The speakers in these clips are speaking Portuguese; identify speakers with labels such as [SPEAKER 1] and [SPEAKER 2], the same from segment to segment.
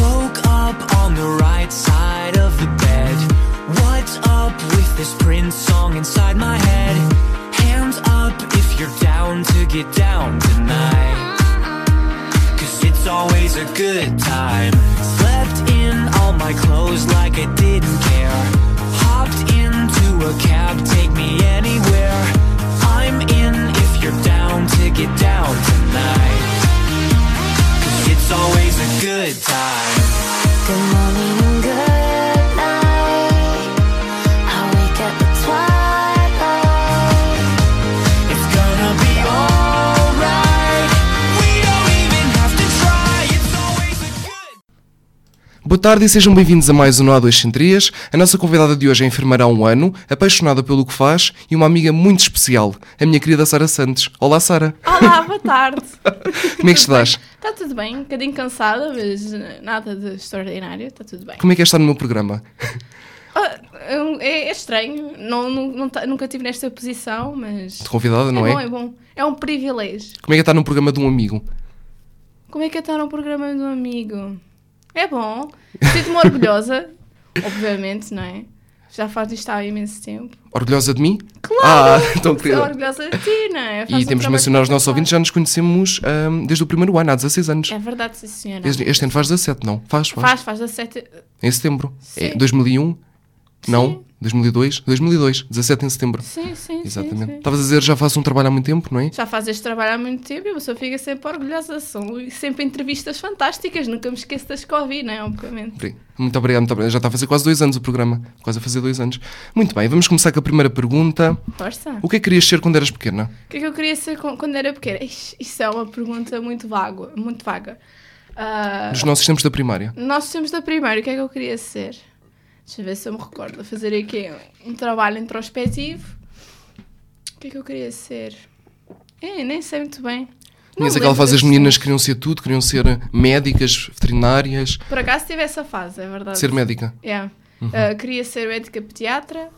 [SPEAKER 1] Woke up on the right side of the bed. What's up with this Prince song inside my head? Hands up if you're down to get down tonight. Cause it's always a good time. Slept in all my clothes like I didn't care. Hopped into a cab, take me anywhere. I'm in if you're down to get down tonight. Cause it's always a good time.
[SPEAKER 2] Good morning and good night. I wake up at twilight.
[SPEAKER 1] It's gonna be alright. We don't even have to try. It's always a good
[SPEAKER 3] Boa tarde e sejam bem-vindos a mais um No A2 sem Trias. A nossa convidada de hoje é enfermeira há um ano, apaixonada pelo que faz e uma amiga muito especial, a minha querida Sara Santos. Olá, Sara.
[SPEAKER 4] Olá, boa tarde.
[SPEAKER 3] Como é que estás?
[SPEAKER 4] Está tudo bem, um bocadinho cansada, mas eh, nada de extraordinário, está tudo bem.
[SPEAKER 3] Como é que é estar no meu programa?
[SPEAKER 4] Ah, é, é estranho, não, não- não tá- nunca estive nesta posição, mas.
[SPEAKER 3] De convidada, não
[SPEAKER 4] é
[SPEAKER 3] é?
[SPEAKER 4] bom, é bom. É um privilégio.
[SPEAKER 3] Como é que é estar num programa de um amigo?
[SPEAKER 4] Como é que é estar num programa de um amigo? É bom. Sinto-me orgulhosa, obviamente, não é? Já faz isto há imenso tempo.
[SPEAKER 3] Orgulhosa de mim?
[SPEAKER 4] Claro!
[SPEAKER 3] Ah, então
[SPEAKER 4] Sou
[SPEAKER 3] querida.
[SPEAKER 4] orgulhosa de ti, não
[SPEAKER 3] E
[SPEAKER 4] é? Faz um
[SPEAKER 3] temos de
[SPEAKER 4] trabalho
[SPEAKER 3] mencionar os nossos
[SPEAKER 4] espetacular.
[SPEAKER 3] ouvintes, já nos conhecemos ahm, desde o primeiro ano, há 16 anos.
[SPEAKER 4] É verdade, sim, senhora.
[SPEAKER 3] Este, este ano faz 17, não? Faz, faz.
[SPEAKER 4] Faz, faz 17.
[SPEAKER 3] Em setembro. É
[SPEAKER 4] Sim.
[SPEAKER 3] 2001? Não?
[SPEAKER 4] Sim.
[SPEAKER 3] 2002? 2002, 17 em setembro.
[SPEAKER 4] Sim, sim, sim.
[SPEAKER 3] Exatamente.
[SPEAKER 4] sim.
[SPEAKER 3] Estavas a dizer, já faço um trabalho há muito tempo, não é?
[SPEAKER 4] Já faz este trabalho há muito tempo e a pessoa fica sempre orgulhosa. São sempre entrevistas fantásticas. Nunca me esqueço das que ouvi, não é? Obviamente.
[SPEAKER 3] Pri- Muito obrigado, muito obrigado. Já está a fazer quase dois anos o programa. Quase a fazer dois anos. Muito bem, vamos começar com a primeira pergunta.
[SPEAKER 4] Força.
[SPEAKER 3] O que é que querias ser quando eras pequena?
[SPEAKER 4] O que é que eu queria ser com- quando era pequena? Ixi, Isso é uma pergunta muito vaga. Muito vaga. Ah,
[SPEAKER 3] Nos nossos tempos da primária.
[SPEAKER 4] nós temos da primária. O que é que eu queria ser? Deixa eu ver se eu me recordo. Fazer aqui um trabalho introspectivo. O que é que eu queria ser? É, nem sei muito bem. Não
[SPEAKER 3] Tinhas
[SPEAKER 4] me
[SPEAKER 3] aquela
[SPEAKER 4] lembro
[SPEAKER 3] fase das
[SPEAKER 4] assim.
[SPEAKER 3] meninas que queriam ser tudo, queriam ser médicas, veterinárias,
[SPEAKER 4] Por acaso tive essa fase, é verdade.
[SPEAKER 3] ser médica.
[SPEAKER 4] Yeah. Uh, queria ser médica pediatra,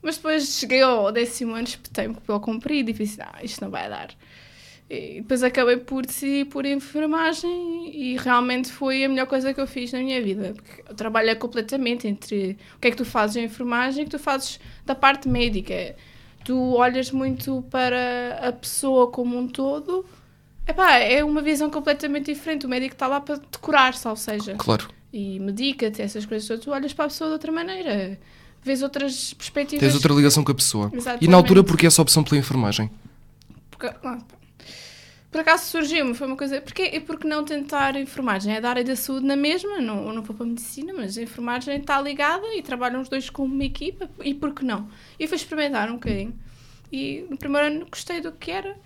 [SPEAKER 4] mas depois cheguei ao décimo ano, espetei-me pelo comprido e disse: ah, isto não vai dar. E depois acabei por decidir por enfermagem e realmente foi a melhor coisa que eu fiz na minha vida. Porque eu trabalho completamente entre o que é que tu fazes em enfermagem e o que tu fazes da parte médica. Tu olhas muito para a pessoa como um todo. Epá, é uma visão completamente diferente. O médico está lá para te curar, só, ou seja
[SPEAKER 3] Claro.
[SPEAKER 4] e medica-te, essas coisas todas, tu olhas para a pessoa de outra maneira, vês outras perspectivas.
[SPEAKER 3] Tens outra ligação com a pessoa. E
[SPEAKER 4] Exatamente.
[SPEAKER 3] na altura, porque essa opção pela enfermagem?
[SPEAKER 4] Porque- ah, pá. por acaso surgiu-me, foi uma coisa. Porque, e por que não tentar enfermagem? É da área da saúde na mesma, não, eu não vou para a medicina, mas a enfermagem está ligada e trabalham os dois como uma equipa, e por que não? E fui experimentar um bocadinho. E no primeiro ano gostei do que era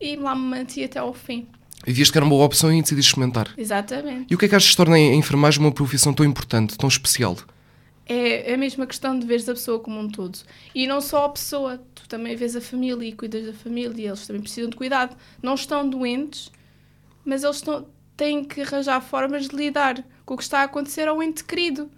[SPEAKER 4] e lá me manti até ao fim.
[SPEAKER 3] E vias que era uma boa opção e decidiste experimentar.
[SPEAKER 4] Exatamente.
[SPEAKER 3] E o que é que achas que torna a enfermagem uma profissão tão importante, tão especial?
[SPEAKER 4] É a mesma questão de veres a pessoa como um todo. E não só a pessoa, tu também vês a família e cuidas da família, e eles também precisam de cuidado. Não estão doentes, mas eles estão- têm que arranjar formas de lidar com o que está a acontecer ao ente querido.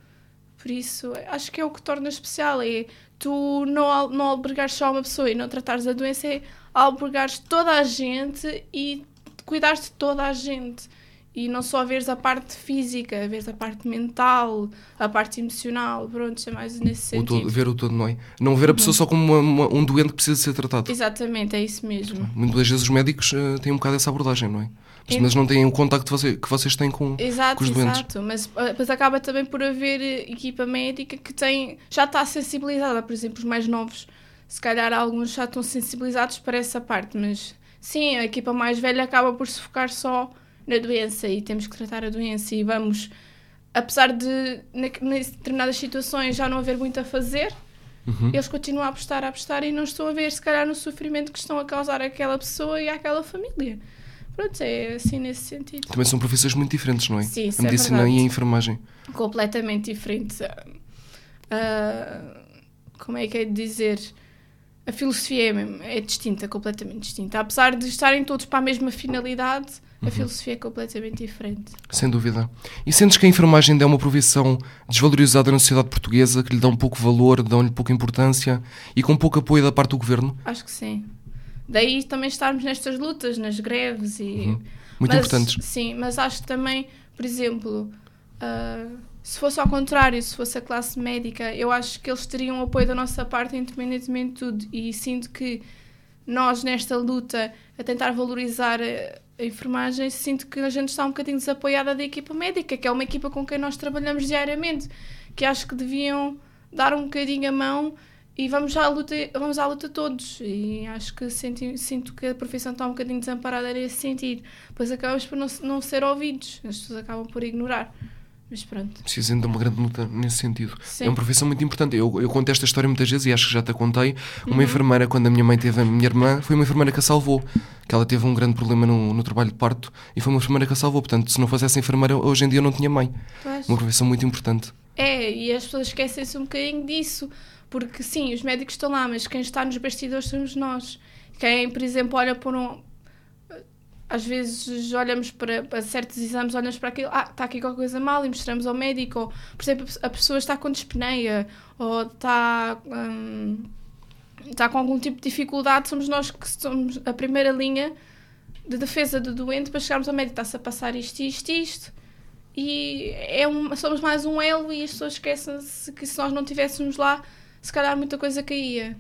[SPEAKER 4] Por isso, acho que é o que torna especial, é tu não, al- não albergares só uma pessoa e não tratares a doença, é albergares toda a gente e cuidares de toda a gente. E não só veres a parte física, veres a parte mental, a parte emocional, pronto, é mais nesse
[SPEAKER 3] O
[SPEAKER 4] sentido. Uhum.
[SPEAKER 3] todo, ver o todo, não é? Não ver a pessoa só como uma- uma- um doente que precisa de ser tratado.
[SPEAKER 4] Exatamente, é isso mesmo.
[SPEAKER 3] Muitas das vezes os médicos eh, têm um bocado essa abordagem, não é? Mas,
[SPEAKER 4] É.
[SPEAKER 3] mas não têm o contacto você- que vocês têm com, com
[SPEAKER 4] Exato,
[SPEAKER 3] os doentes.
[SPEAKER 4] exato. Mas ah, depois acaba também por haver eh, equipa médica que tem, já está sensibilizada, por exemplo, os mais novos, se calhar alguns já estão sensibilizados para essa parte, mas sim, a equipa mais velha acaba por se focar só na doença e temos que tratar a doença e vamos, apesar de na- em determinadas situações já não haver muito a fazer,
[SPEAKER 3] Uhum.
[SPEAKER 4] eles continuam a apostar, a apostar e não estão a ver, se calhar, no sofrimento que estão a causar àquela pessoa e àquela família. Pronto, é assim nesse sentido
[SPEAKER 3] Também são profissões muito diferentes, não é?
[SPEAKER 4] Sim, isso
[SPEAKER 3] a
[SPEAKER 4] é
[SPEAKER 3] medicina
[SPEAKER 4] verdade.
[SPEAKER 3] e a enfermagem.
[SPEAKER 4] completamente diferente. Ah, como é que é de dizer? A filosofia é, mesmo- é distinta, completamente distinta. Apesar de estarem todos para a mesma finalidade,
[SPEAKER 3] Uhum.
[SPEAKER 4] a filosofia é completamente diferente.
[SPEAKER 3] Sem dúvida. E sentes que a enfermagem ainda é uma profissão desvalorizada na sociedade portuguesa, que lhe dão pouco valor, dão-lhe pouca importância e com pouco apoio da parte do governo?
[SPEAKER 4] Acho que sim. Daí também estarmos nestas lutas, nas greves e.
[SPEAKER 3] Uhum. Muito
[SPEAKER 4] Mas-
[SPEAKER 3] importantes.
[SPEAKER 4] Sim, mas acho que também, por exemplo, Ah, se fosse ao contrário, se fosse a classe médica, eu acho que eles teriam apoio da nossa parte independentemente de tudo. E sinto que nós, nesta luta a tentar valorizar a, a enfermagem, sinto que a gente está um bocadinho desapoiada da equipa médica, que é uma equipa com quem nós trabalhamos diariamente, que acho que deviam dar um bocadinho a mão e vamos à luta, vamos à luta todos. E acho que senti, sinto que a profissão está um bocadinho desamparada nesse sentido. Pois acabamos por não, se- não ser ouvidos, as pessoas acabam por ignorar. Mas pronto.
[SPEAKER 3] Precisando de uma grande luta nesse sentido.
[SPEAKER 4] Sim.
[SPEAKER 3] É uma profissão muito importante. Eu, eu conto esta história muitas vezes e acho que já te a contei.
[SPEAKER 4] Uhum.
[SPEAKER 3] Uma enfermeira, quando a minha mãe teve a minha irmã, foi uma enfermeira que a salvou. Que ela teve um grande problema no, no trabalho de parto e foi uma enfermeira que a salvou. Portanto, se não fosse essa enfermeira, hoje em dia eu não tinha mãe.
[SPEAKER 4] Pois.
[SPEAKER 3] Uma profissão muito importante.
[SPEAKER 4] É, e as pessoas esquecem-se um bocadinho disso, porque sim, os médicos estão lá, mas quem está nos bastidores somos nós. Quem, por exemplo, olha por um. Às vezes olhamos para, para certos exames, olhamos para aquilo, ah, está aqui qualquer coisa mal e mostramos ao médico. Ou, por exemplo, a pessoa está com dispneia ou está. hum, está com algum tipo de dificuldade, somos nós que somos a primeira linha de defesa do doente para chegarmos ao médico. Está-se a passar isto, isto, isto. E é um, somos mais um elo e as pessoas esquecem-se que se nós não estivéssemos lá, se calhar muita coisa caía.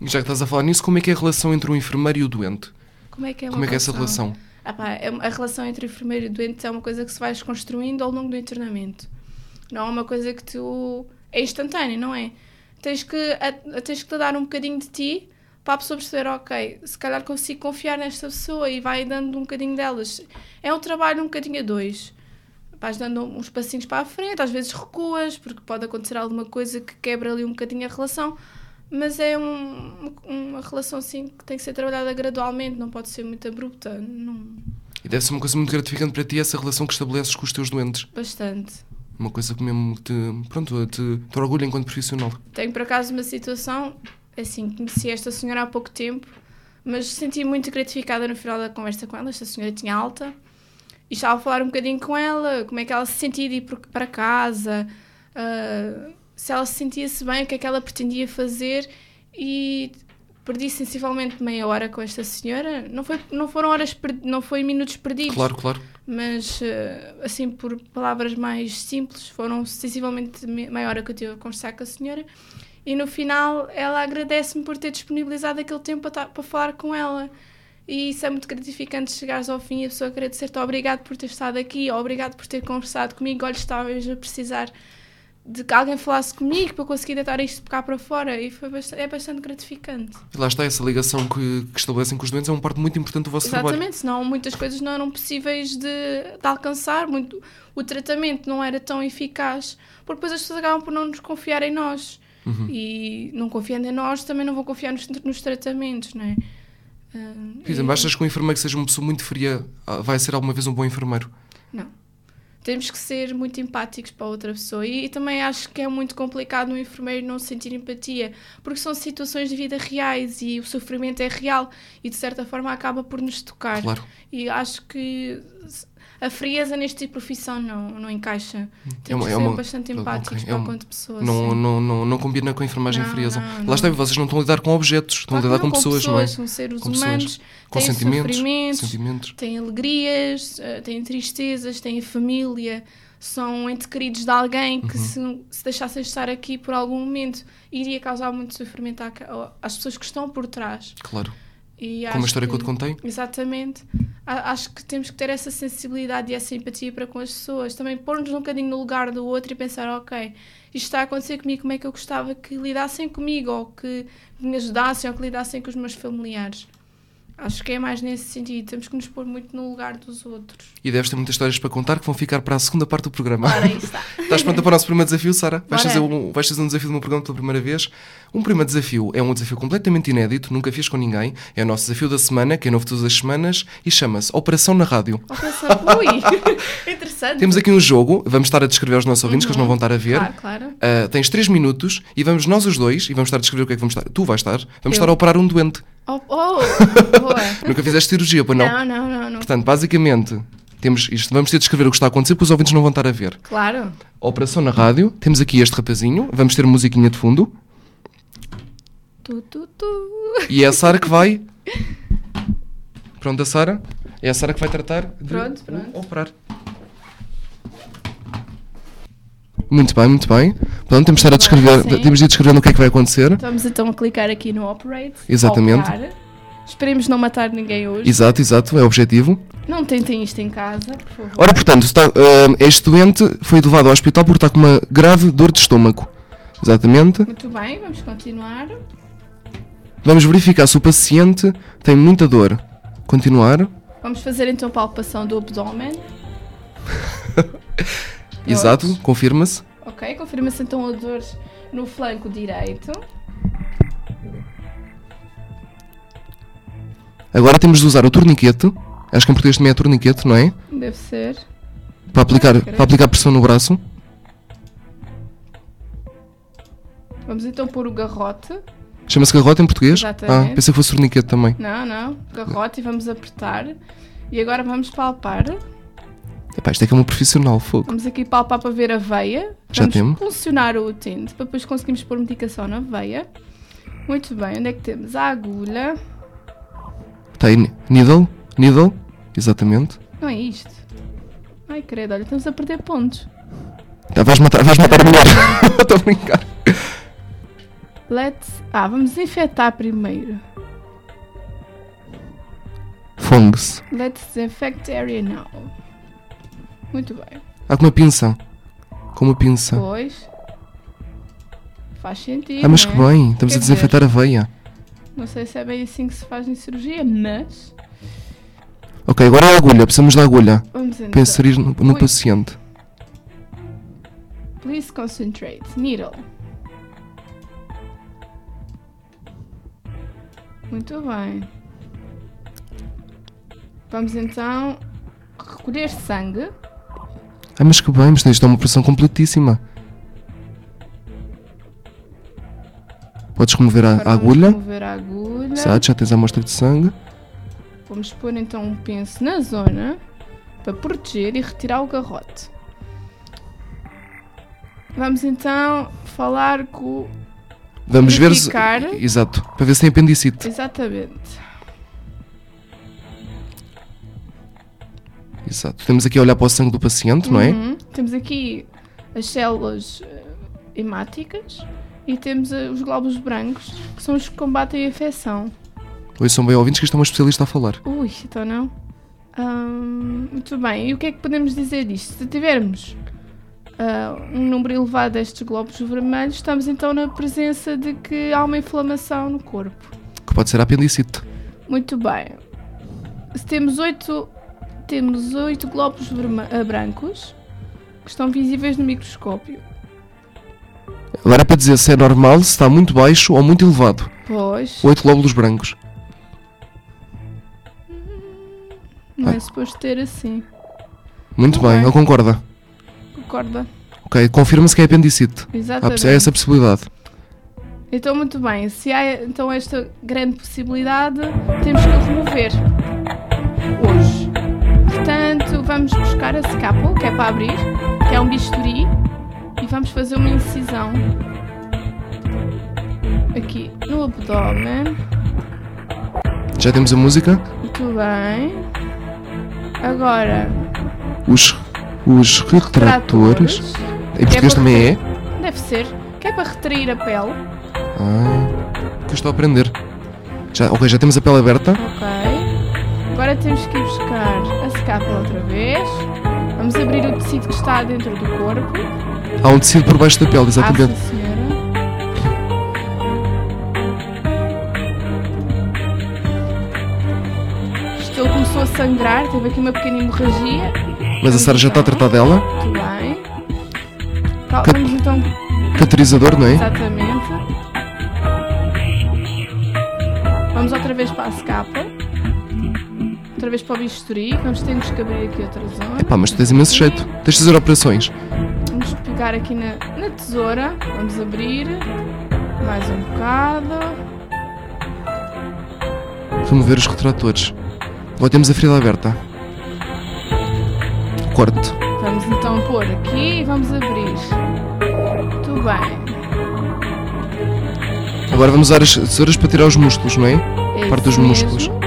[SPEAKER 3] E já que estás a falar nisso, como é que é a relação entre o enfermeiro e o doente?
[SPEAKER 4] Como é que é, uma
[SPEAKER 3] Como é que é essa relação?
[SPEAKER 4] Ah pá, é uma- a relação entre enfermeiro e doente é uma coisa que se vai construindo ao longo do internamento. Não é uma coisa que tu. É instantânea, não é? Tens que, a- tens que te dar um bocadinho de ti para a pessoa perceber, ok, se calhar consigo confiar nesta pessoa e vai dando um bocadinho delas. É um trabalho um bocadinho a dois. Vais dando uns passinhos para a frente, às vezes recuas, porque pode acontecer alguma coisa que quebra ali um bocadinho a relação, mas é um- uma relação assim que tem que ser trabalhada gradualmente, não pode ser muito abrupta. Não,
[SPEAKER 3] E deve ser uma coisa muito gratificante para ti essa relação que estabeleces com os teus doentes.
[SPEAKER 4] Bastante.
[SPEAKER 3] Uma coisa que mesmo te, pronto, te, te orgulha enquanto profissional.
[SPEAKER 4] Tenho por acaso uma situação, assim, conheci esta senhora há pouco tempo, mas senti muito gratificada no final da conversa com ela. Esta senhora tinha alta e estava a falar um bocadinho com ela, como é que ela se sentia de ir por- para casa, ah, se ela se sentia-se bem, o que é que ela pretendia fazer e perdi sensivelmente meia hora com esta senhora. Não, foi, não foram horas, per- não foi minutos perdidos.
[SPEAKER 3] Claro, claro.
[SPEAKER 4] mas eh, assim por palavras mais simples foram sensivelmente me- meia hora que eu tive a conversar com a senhora e no final ela agradece-me por ter disponibilizado aquele tempo para, ta- para falar com ela e isso é muito gratificante chegares ao fim e a pessoa agradecer-te obrigado por ter estado aqui obrigado por ter conversado comigo olha estava mesmo a precisar de que alguém falasse comigo para conseguir deitar isto cá para fora e foi basta- é bastante gratificante
[SPEAKER 3] E lá está essa ligação que, que estabelecem com os doentes é uma parte muito importante do vosso trabalho.
[SPEAKER 4] Exatamente, senão muitas coisas não eram possíveis de, de alcançar, muito, o tratamento não era tão eficaz, porque depois as pessoas acabam por não nos confiar em nós. E não confiando em nós, também não vão confiar nos, nos tratamentos, não é? Ah,
[SPEAKER 3] Por
[SPEAKER 4] e-
[SPEAKER 3] exemplo, achas que um enfermeiro que seja uma pessoa muito fria ah, vai ser alguma vez um bom enfermeiro?
[SPEAKER 4] Não. Temos que ser muito empáticos para outra pessoa. E, também acho que é muito complicado um enfermeiro não sentir empatia, porque são situações de vida reais e o sofrimento é real e de certa forma acaba por nos tocar.
[SPEAKER 3] Claro.
[SPEAKER 4] E acho que a frieza neste tipo de profissão não, não encaixa. Temos
[SPEAKER 3] uma-
[SPEAKER 4] que
[SPEAKER 3] é
[SPEAKER 4] ser
[SPEAKER 3] uma-
[SPEAKER 4] bastante
[SPEAKER 3] ok,
[SPEAKER 4] empáticos
[SPEAKER 3] é
[SPEAKER 4] para
[SPEAKER 3] uma-
[SPEAKER 4] quanto pessoa.
[SPEAKER 3] Não,
[SPEAKER 4] sim.
[SPEAKER 3] não, não, não combina com a enfermagem
[SPEAKER 4] Não,
[SPEAKER 3] frieza.
[SPEAKER 4] não,
[SPEAKER 3] Lá
[SPEAKER 4] não.
[SPEAKER 3] está, vocês não estão a lidar com objetos, estão
[SPEAKER 4] Claro que
[SPEAKER 3] a lidar
[SPEAKER 4] não,
[SPEAKER 3] com, pessoas, não é?
[SPEAKER 4] São seres
[SPEAKER 3] Com pessoas.
[SPEAKER 4] humanos,
[SPEAKER 3] Com
[SPEAKER 4] têm
[SPEAKER 3] sentimentos,
[SPEAKER 4] sofrimentos,
[SPEAKER 3] sentimentos.
[SPEAKER 4] têm alegrias, eh, têm tristezas, têm a família, são ente queridos de alguém que
[SPEAKER 3] Uhum.
[SPEAKER 4] se, se deixassem estar aqui por algum momento iria causar muito sofrimento à ca- às pessoas que estão por trás.
[SPEAKER 3] Claro.
[SPEAKER 4] E
[SPEAKER 3] Como
[SPEAKER 4] acho
[SPEAKER 3] a história que eu te contei.
[SPEAKER 4] Exatamente. A- Acho que temos que ter essa sensibilidade e essa empatia para com as pessoas. Também pôr-nos um bocadinho no lugar do outro e pensar, ok, isto está a acontecer comigo, como é que eu gostava que lidassem comigo, ou que me ajudassem, ou que lidassem com os meus familiares. Acho que é mais nesse sentido. Temos que nos pôr muito no lugar dos outros.
[SPEAKER 3] E deves ter muitas histórias para contar que vão ficar para a segunda parte do programa.
[SPEAKER 4] Ora, aí está.
[SPEAKER 3] Estás pronta para o nosso primeiro desafio, Sara? Vais
[SPEAKER 4] Bora.
[SPEAKER 3] fazer, um, vais fazer um desafio do meu programa pela primeira vez. Um primeiro desafio é um desafio completamente inédito, nunca fiz com ninguém. É o nosso desafio da semana, que é novo todas as semanas, e chama-se Operação na Rádio.
[SPEAKER 4] Ou pensar, ui, interessante.
[SPEAKER 3] Temos aqui um jogo, vamos estar a descrever aos nossos ouvintes, que eles não vão estar a ver.
[SPEAKER 4] Uhum. Claro, claro.
[SPEAKER 3] Ah, tens 3 minutos e vamos nós os dois, e vamos estar a descrever o que é que vamos estar. Tu vais estar, vamos estar a operar um doente.
[SPEAKER 4] Oh, oh, boa.
[SPEAKER 3] Nunca fizeste cirurgia, pois não?
[SPEAKER 4] Não, não, não, não.
[SPEAKER 3] Portanto, basicamente, temos isto, vamos ter de descrever o que está a acontecer, porque os ouvintes não vão estar a ver.
[SPEAKER 4] Claro.
[SPEAKER 3] Operação na Rádio, temos aqui este rapazinho, vamos ter musiquinha de fundo.
[SPEAKER 4] Tu, tu, tu.
[SPEAKER 3] E é a Sara que vai. Pronto, a Sara. É a Sara que vai tratar de
[SPEAKER 4] Pronto, pronto.
[SPEAKER 3] operar. Muito bem, muito bem. Pronto, temos de estar a descrever,
[SPEAKER 4] Sim.
[SPEAKER 3] temos de ir descrevendo o que é que vai acontecer.
[SPEAKER 4] Vamos então a clicar aqui no Operate.
[SPEAKER 3] Exatamente.
[SPEAKER 4] Operar. Esperemos não matar ninguém hoje.
[SPEAKER 3] Exato, exato, é o objetivo.
[SPEAKER 4] Não tentem isto em casa, por favor.
[SPEAKER 3] Ora, portanto, está, ah, este doente foi levado ao hospital porque está com uma grave dor de estômago. Exatamente.
[SPEAKER 4] Muito bem, vamos continuar.
[SPEAKER 3] Vamos verificar se o paciente tem muita dor. Continuar.
[SPEAKER 4] Vamos fazer então palpação do abdômen.
[SPEAKER 3] Exato, confirma-se.
[SPEAKER 4] Ok, confirma-se então a dor no flanco direito.
[SPEAKER 3] Agora temos de usar o torniquete. Acho que em português também é torniquete, não é?
[SPEAKER 4] Deve ser.
[SPEAKER 3] Para aplicar,
[SPEAKER 4] credo.
[SPEAKER 3] para aplicar pressão no braço.
[SPEAKER 4] Vamos então pôr o garrote.
[SPEAKER 3] Chama-se garrote em português?
[SPEAKER 4] Exatamente.
[SPEAKER 3] Ah, pensei que fosse torniquete também.
[SPEAKER 4] Não, não. Garrote e vamos apertar. E agora vamos palpar.
[SPEAKER 3] Epá, isto é que é um profissional, fogo.
[SPEAKER 4] Vamos aqui palpar para ver a veia.
[SPEAKER 3] Já
[SPEAKER 4] vamos
[SPEAKER 3] temos.
[SPEAKER 4] funcionar o tinte para depois conseguimos pôr medicação na veia. Muito bem, onde é que temos a agulha?
[SPEAKER 3] Está Tá aí, needle, needle, exatamente.
[SPEAKER 4] Não é isto? Ai, credo, olha, estamos a perder pontos.
[SPEAKER 3] Tá, vais matar, vais matar a mulher. Estou a brincar.
[SPEAKER 4] Let's. Ah, vamos infectar primeiro.
[SPEAKER 3] Fongos.
[SPEAKER 4] Let's disinfect area now. Muito bem.
[SPEAKER 3] Há Ah, com uma pinça. Com uma pinça.
[SPEAKER 4] Pois. Faz sentido.
[SPEAKER 3] Tá. ah, mas
[SPEAKER 4] não
[SPEAKER 3] que
[SPEAKER 4] é?
[SPEAKER 3] bem. Estamos
[SPEAKER 4] Quer
[SPEAKER 3] a desinfetar a veia.
[SPEAKER 4] Não sei se é bem assim que se faz em cirurgia, mas.
[SPEAKER 3] Ok, agora é a agulha. Precisamos da agulha.
[SPEAKER 4] Vamos então.
[SPEAKER 3] Para inserir no, no
[SPEAKER 4] Muito.
[SPEAKER 3] paciente.
[SPEAKER 4] Please concentrate. Needle. Muito bem. Vamos então recolher sangue.
[SPEAKER 3] Ah, mas que bem. Mas isto é uma operação completíssima. Podes remover a,
[SPEAKER 4] Agora
[SPEAKER 3] a
[SPEAKER 4] vamos
[SPEAKER 3] agulha.
[SPEAKER 4] Remover a agulha.
[SPEAKER 3] Exato, já tens a amostra de sangue.
[SPEAKER 4] Vamos pôr então um penso na zona para proteger e retirar o garrote. Vamos então falar com.
[SPEAKER 3] Vamos ver se...
[SPEAKER 4] Verificar.
[SPEAKER 3] Exato. Para ver se tem apendicite.
[SPEAKER 4] Exatamente.
[SPEAKER 3] Exato. Temos aqui a olhar para o sangue do paciente, não é?
[SPEAKER 4] Uhum. Temos aqui as células eh, hemáticas e temos eh, os glóbulos brancos, que são os que combatem a infecção.
[SPEAKER 3] Hoje são bem ouvintes que isto é uma especialista a falar.
[SPEAKER 4] Ui, então não. Ahm, muito bem, e o que é que podemos dizer disto? Se tivermos ah, um número elevado destes glóbulos vermelhos, estamos então na presença de que há uma inflamação no corpo.
[SPEAKER 3] Que pode ser apendicite.
[SPEAKER 4] Muito bem. Se temos oito temos oito glóbulos verma- ah, brancos que estão visíveis no microscópio.
[SPEAKER 3] Agora é para dizer se é normal, se está muito baixo ou muito elevado.
[SPEAKER 4] Pois,
[SPEAKER 3] Oito glóbulos brancos.
[SPEAKER 4] não é suposto ter assim.
[SPEAKER 3] Muito
[SPEAKER 4] Ok.
[SPEAKER 3] bem, ele concorda.
[SPEAKER 4] Concorda?
[SPEAKER 3] Ok, confirma-se que é apendicite. Há
[SPEAKER 4] Exatamente.
[SPEAKER 3] possi- há essa possibilidade.
[SPEAKER 4] Então, muito bem. Se há então esta grande possibilidade, temos que o remover hoje. Portanto, vamos buscar a scalpel, que é para abrir, que é um bisturi, e vamos fazer uma incisão aqui no abdômen.
[SPEAKER 3] Já temos a música.
[SPEAKER 4] Muito bem. Agora,
[SPEAKER 3] Os, os retratores.
[SPEAKER 4] tratores.
[SPEAKER 3] Em português
[SPEAKER 4] para
[SPEAKER 3] também é.
[SPEAKER 4] reter- Deve ser. Que é para retrair a pele.
[SPEAKER 3] Ah, que eu estou a aprender. Já, ok, já temos a pele aberta.
[SPEAKER 4] Ok. Agora temos que ir buscar a scapula outra vez. Vamos abrir o tecido que está dentro do corpo.
[SPEAKER 3] Há um tecido por baixo da pele,
[SPEAKER 4] Ah, sim,
[SPEAKER 3] exatamente.
[SPEAKER 4] senhora. Isto ele começou a sangrar, teve aqui uma pequena hemorragia.
[SPEAKER 3] Mas a Sara já está a tratar dela.
[SPEAKER 4] Muito bem. Cal-
[SPEAKER 3] Cat-
[SPEAKER 4] Vamos então
[SPEAKER 3] Catarizador, não é?
[SPEAKER 4] Exatamente. Vamos outra vez para a escapa. Outra vez para o bisturi. Vamos ter que abrir aqui outra zona.
[SPEAKER 3] Pá, mas tu tens imenso jeito. Tens de fazer operações.
[SPEAKER 4] Vamos pegar aqui na, na tesoura. Vamos abrir. Mais um bocado.
[SPEAKER 3] Remover os retratores. Agora temos a ferida aberta. Corte.
[SPEAKER 4] Vamos então pôr aqui e vamos abrir. Muito bem.
[SPEAKER 3] Agora vamos usar as tesouras para tirar os músculos, não é?
[SPEAKER 4] É
[SPEAKER 3] Parte dos
[SPEAKER 4] isso
[SPEAKER 3] músculos.
[SPEAKER 4] mesmo.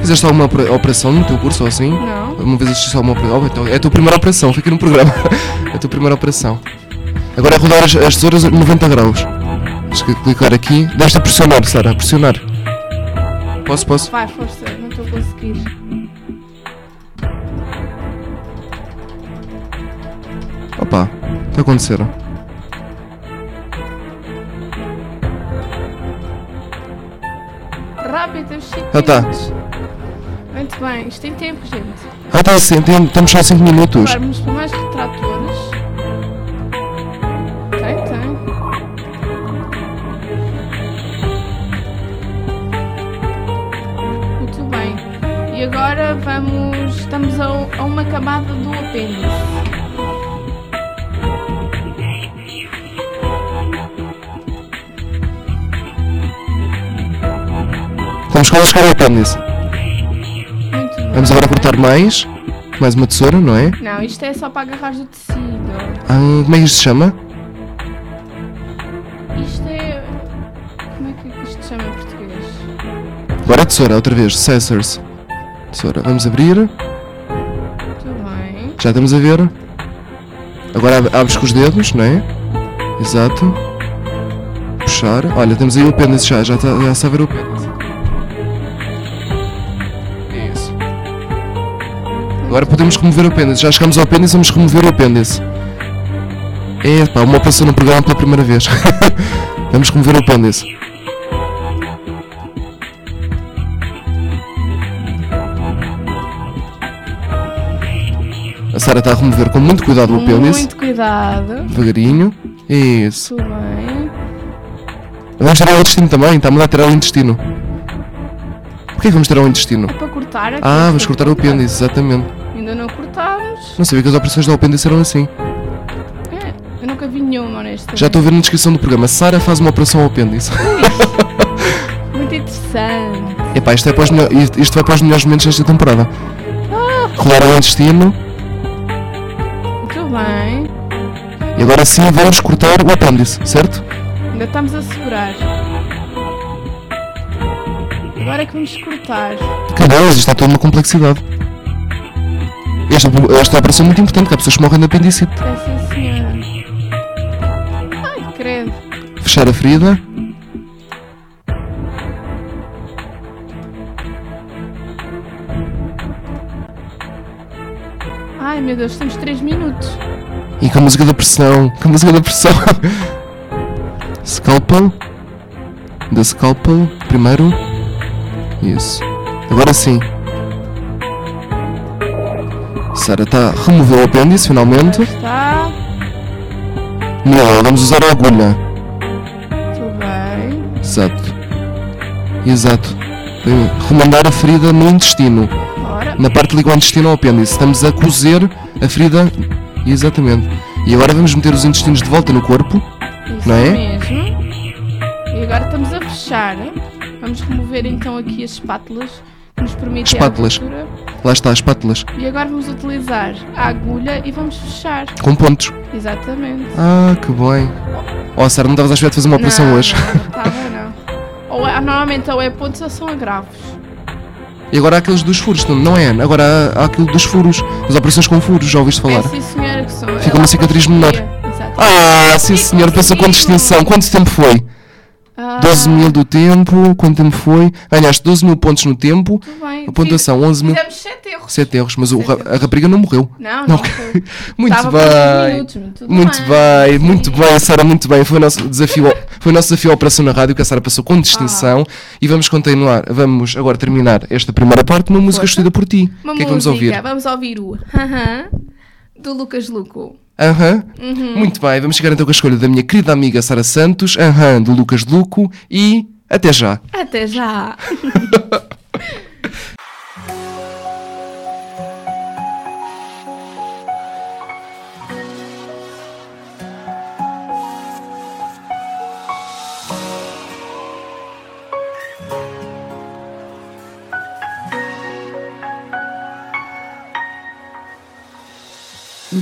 [SPEAKER 3] Fizeste alguma opera- operação no teu curso ou assim?
[SPEAKER 4] Não.
[SPEAKER 3] Uma vez assististe a uma operação. Oh, então, é a tua primeira operação, fica no programa. É a tua primeira operação. Agora é rodar as, as tesouras a 90 graus. Tens que clicar aqui. Deste a pressionar, Sara, a pressionar. Posso, posso?
[SPEAKER 4] Vai, força, não estou a conseguir.
[SPEAKER 3] Opa, está a acontecer.
[SPEAKER 4] Rápido, temos 5
[SPEAKER 3] Ah, tá.
[SPEAKER 4] Muito bem, isto tem tempo, gente.
[SPEAKER 3] Ah, está assim, tem- estamos só 5 minutos.
[SPEAKER 4] Vamos por mais retratores. Tem, tem. Muito bem. E agora vamos. Estamos a, a uma camada do apêndice.
[SPEAKER 3] Estamos quase a chegar ao apêndice.
[SPEAKER 4] Muito bem.
[SPEAKER 3] Vamos agora cortar mais. Mais uma tesoura, não é?
[SPEAKER 4] Não, isto é só para agarrar o tecido.
[SPEAKER 3] Ah, como é que isto se chama?
[SPEAKER 4] Isto é. Como é que isto se chama em português?
[SPEAKER 3] Agora a tesoura, outra vez. Scissors. Tesoura. Vamos abrir.
[SPEAKER 4] Muito bem.
[SPEAKER 3] Já estamos a ver. Agora ab- abres com os dedos, não é? Exato. Puxar. Olha, temos aí o apêndice já, já está já está a ver o apêndice. É isso. Agora podemos remover o apêndice. Já chegamos ao apêndice, vamos remover o apêndice. É, pá, uma operação no programa pela primeira vez. vamos remover o apêndice. A Sara está a remover com muito cuidado o apêndice.
[SPEAKER 4] Muito cuidado.
[SPEAKER 3] Devagarinho. É isso.
[SPEAKER 4] Muito bem.
[SPEAKER 3] Vamos tirar o intestino também, está-me a tirar o intestino. Porquê que vamos tirar o intestino?
[SPEAKER 4] É Para cortar aqui.
[SPEAKER 3] Ah, vamos
[SPEAKER 4] para
[SPEAKER 3] cortar o apêndice, exatamente.
[SPEAKER 4] Ainda não cortámos.
[SPEAKER 3] Não sabia que as operações do apêndice eram assim.
[SPEAKER 4] É, eu nunca vi nenhuma, honestamente.
[SPEAKER 3] Já estou a ver na descrição do programa. Sara faz uma operação ao apêndice.
[SPEAKER 4] Muito interessante.
[SPEAKER 3] Epá, isto, é para os melhor- isto isto vai para os melhores momentos desta temporada. Rolar o intestino
[SPEAKER 4] Muito bem.
[SPEAKER 3] e agora sim vamos cortar o apêndice, certo?
[SPEAKER 4] Ainda estamos a segurar. Agora é que vamos cortar.
[SPEAKER 3] Cadê? Isto está toda uma complexidade. Esta, esta operação é muito importante, que há pessoas que morrem de apendicite.
[SPEAKER 4] Essa senhora. Ai, credo.
[SPEAKER 3] Fechar a ferida.
[SPEAKER 4] Ai, meu Deus, temos 3 minutos.
[SPEAKER 3] E com a música da pressão, com a música da pressão. scalpel. Da scalpel, primeiro. Isso. Agora sim. Sara está tá, removeu o apêndice finalmente.
[SPEAKER 4] Está.
[SPEAKER 3] Não, vamos usar a agulha.
[SPEAKER 4] Muito bem.
[SPEAKER 3] Exato. Exato. Eh, Remandar a ferida no intestino.
[SPEAKER 4] Ora,
[SPEAKER 3] Na parte que liga o intestino ao apêndice. Estamos a cozer a ferida. Exatamente. E agora vamos meter os intestinos de volta no corpo.
[SPEAKER 4] isso
[SPEAKER 3] Não é?
[SPEAKER 4] mesmo. E agora estamos a fechar. Vamos remover então aqui as espátulas que nos permitem
[SPEAKER 3] Espátulas.
[SPEAKER 4] a abertura.
[SPEAKER 3] Lá está, as espátulas.
[SPEAKER 4] E agora vamos utilizar a agulha e vamos fechar.
[SPEAKER 3] Com pontos.
[SPEAKER 4] Exatamente.
[SPEAKER 3] Ah, que bem. Oh, Sara, não estavas à espera de fazer uma operação
[SPEAKER 4] Não,
[SPEAKER 3] hoje.
[SPEAKER 4] Não, tá bom, não. Ou é, normalmente ou é pontos ou são agravos.
[SPEAKER 3] E agora há aqueles dos furos, não, não é? Ana? Agora há, há aquilo dos furos. As operações com furos, já ouviste
[SPEAKER 4] É
[SPEAKER 3] falar?
[SPEAKER 4] sim senhora que são.
[SPEAKER 3] Fica uma cicatriz menor.
[SPEAKER 4] Exato.
[SPEAKER 3] Ah,
[SPEAKER 4] É
[SPEAKER 3] sim senhor, pensou com distinção. Quanto tempo foi?
[SPEAKER 4] Ah,
[SPEAKER 3] 12 mil do tempo, quanto tempo foi? Ganhaste 12 mil pontos no tempo,
[SPEAKER 4] muito bem.
[SPEAKER 3] a pontuação 11 mil.
[SPEAKER 4] Fizemos 7 erros.
[SPEAKER 3] 7 erros, mas o
[SPEAKER 4] Sete
[SPEAKER 3] ra- a rapariga não morreu.
[SPEAKER 4] Não,
[SPEAKER 3] Não,
[SPEAKER 4] não. foi.
[SPEAKER 3] Muito
[SPEAKER 4] Estava por uns
[SPEAKER 3] bem.
[SPEAKER 4] minutos, tudo
[SPEAKER 3] Muito bem, muito
[SPEAKER 4] Sim.
[SPEAKER 3] bem, Sara, muito bem. Foi o nosso desafio, foi o nosso desafio à Operação na Rádio que a Sara passou
[SPEAKER 4] Ah.
[SPEAKER 3] com distinção. E vamos continuar, vamos agora terminar esta primeira parte numa música escolhida por ti.
[SPEAKER 4] Uma
[SPEAKER 3] o que é que vamos
[SPEAKER 4] música.
[SPEAKER 3] ouvir?
[SPEAKER 4] Vamos ouvir o Aham, do Lucas Luco.
[SPEAKER 3] Aham.
[SPEAKER 4] Uhum.
[SPEAKER 3] Muito bem, vamos chegar então com a escolha da minha querida amiga Sara Santos, Aham, do Lucas Luco e até já.
[SPEAKER 4] Até já!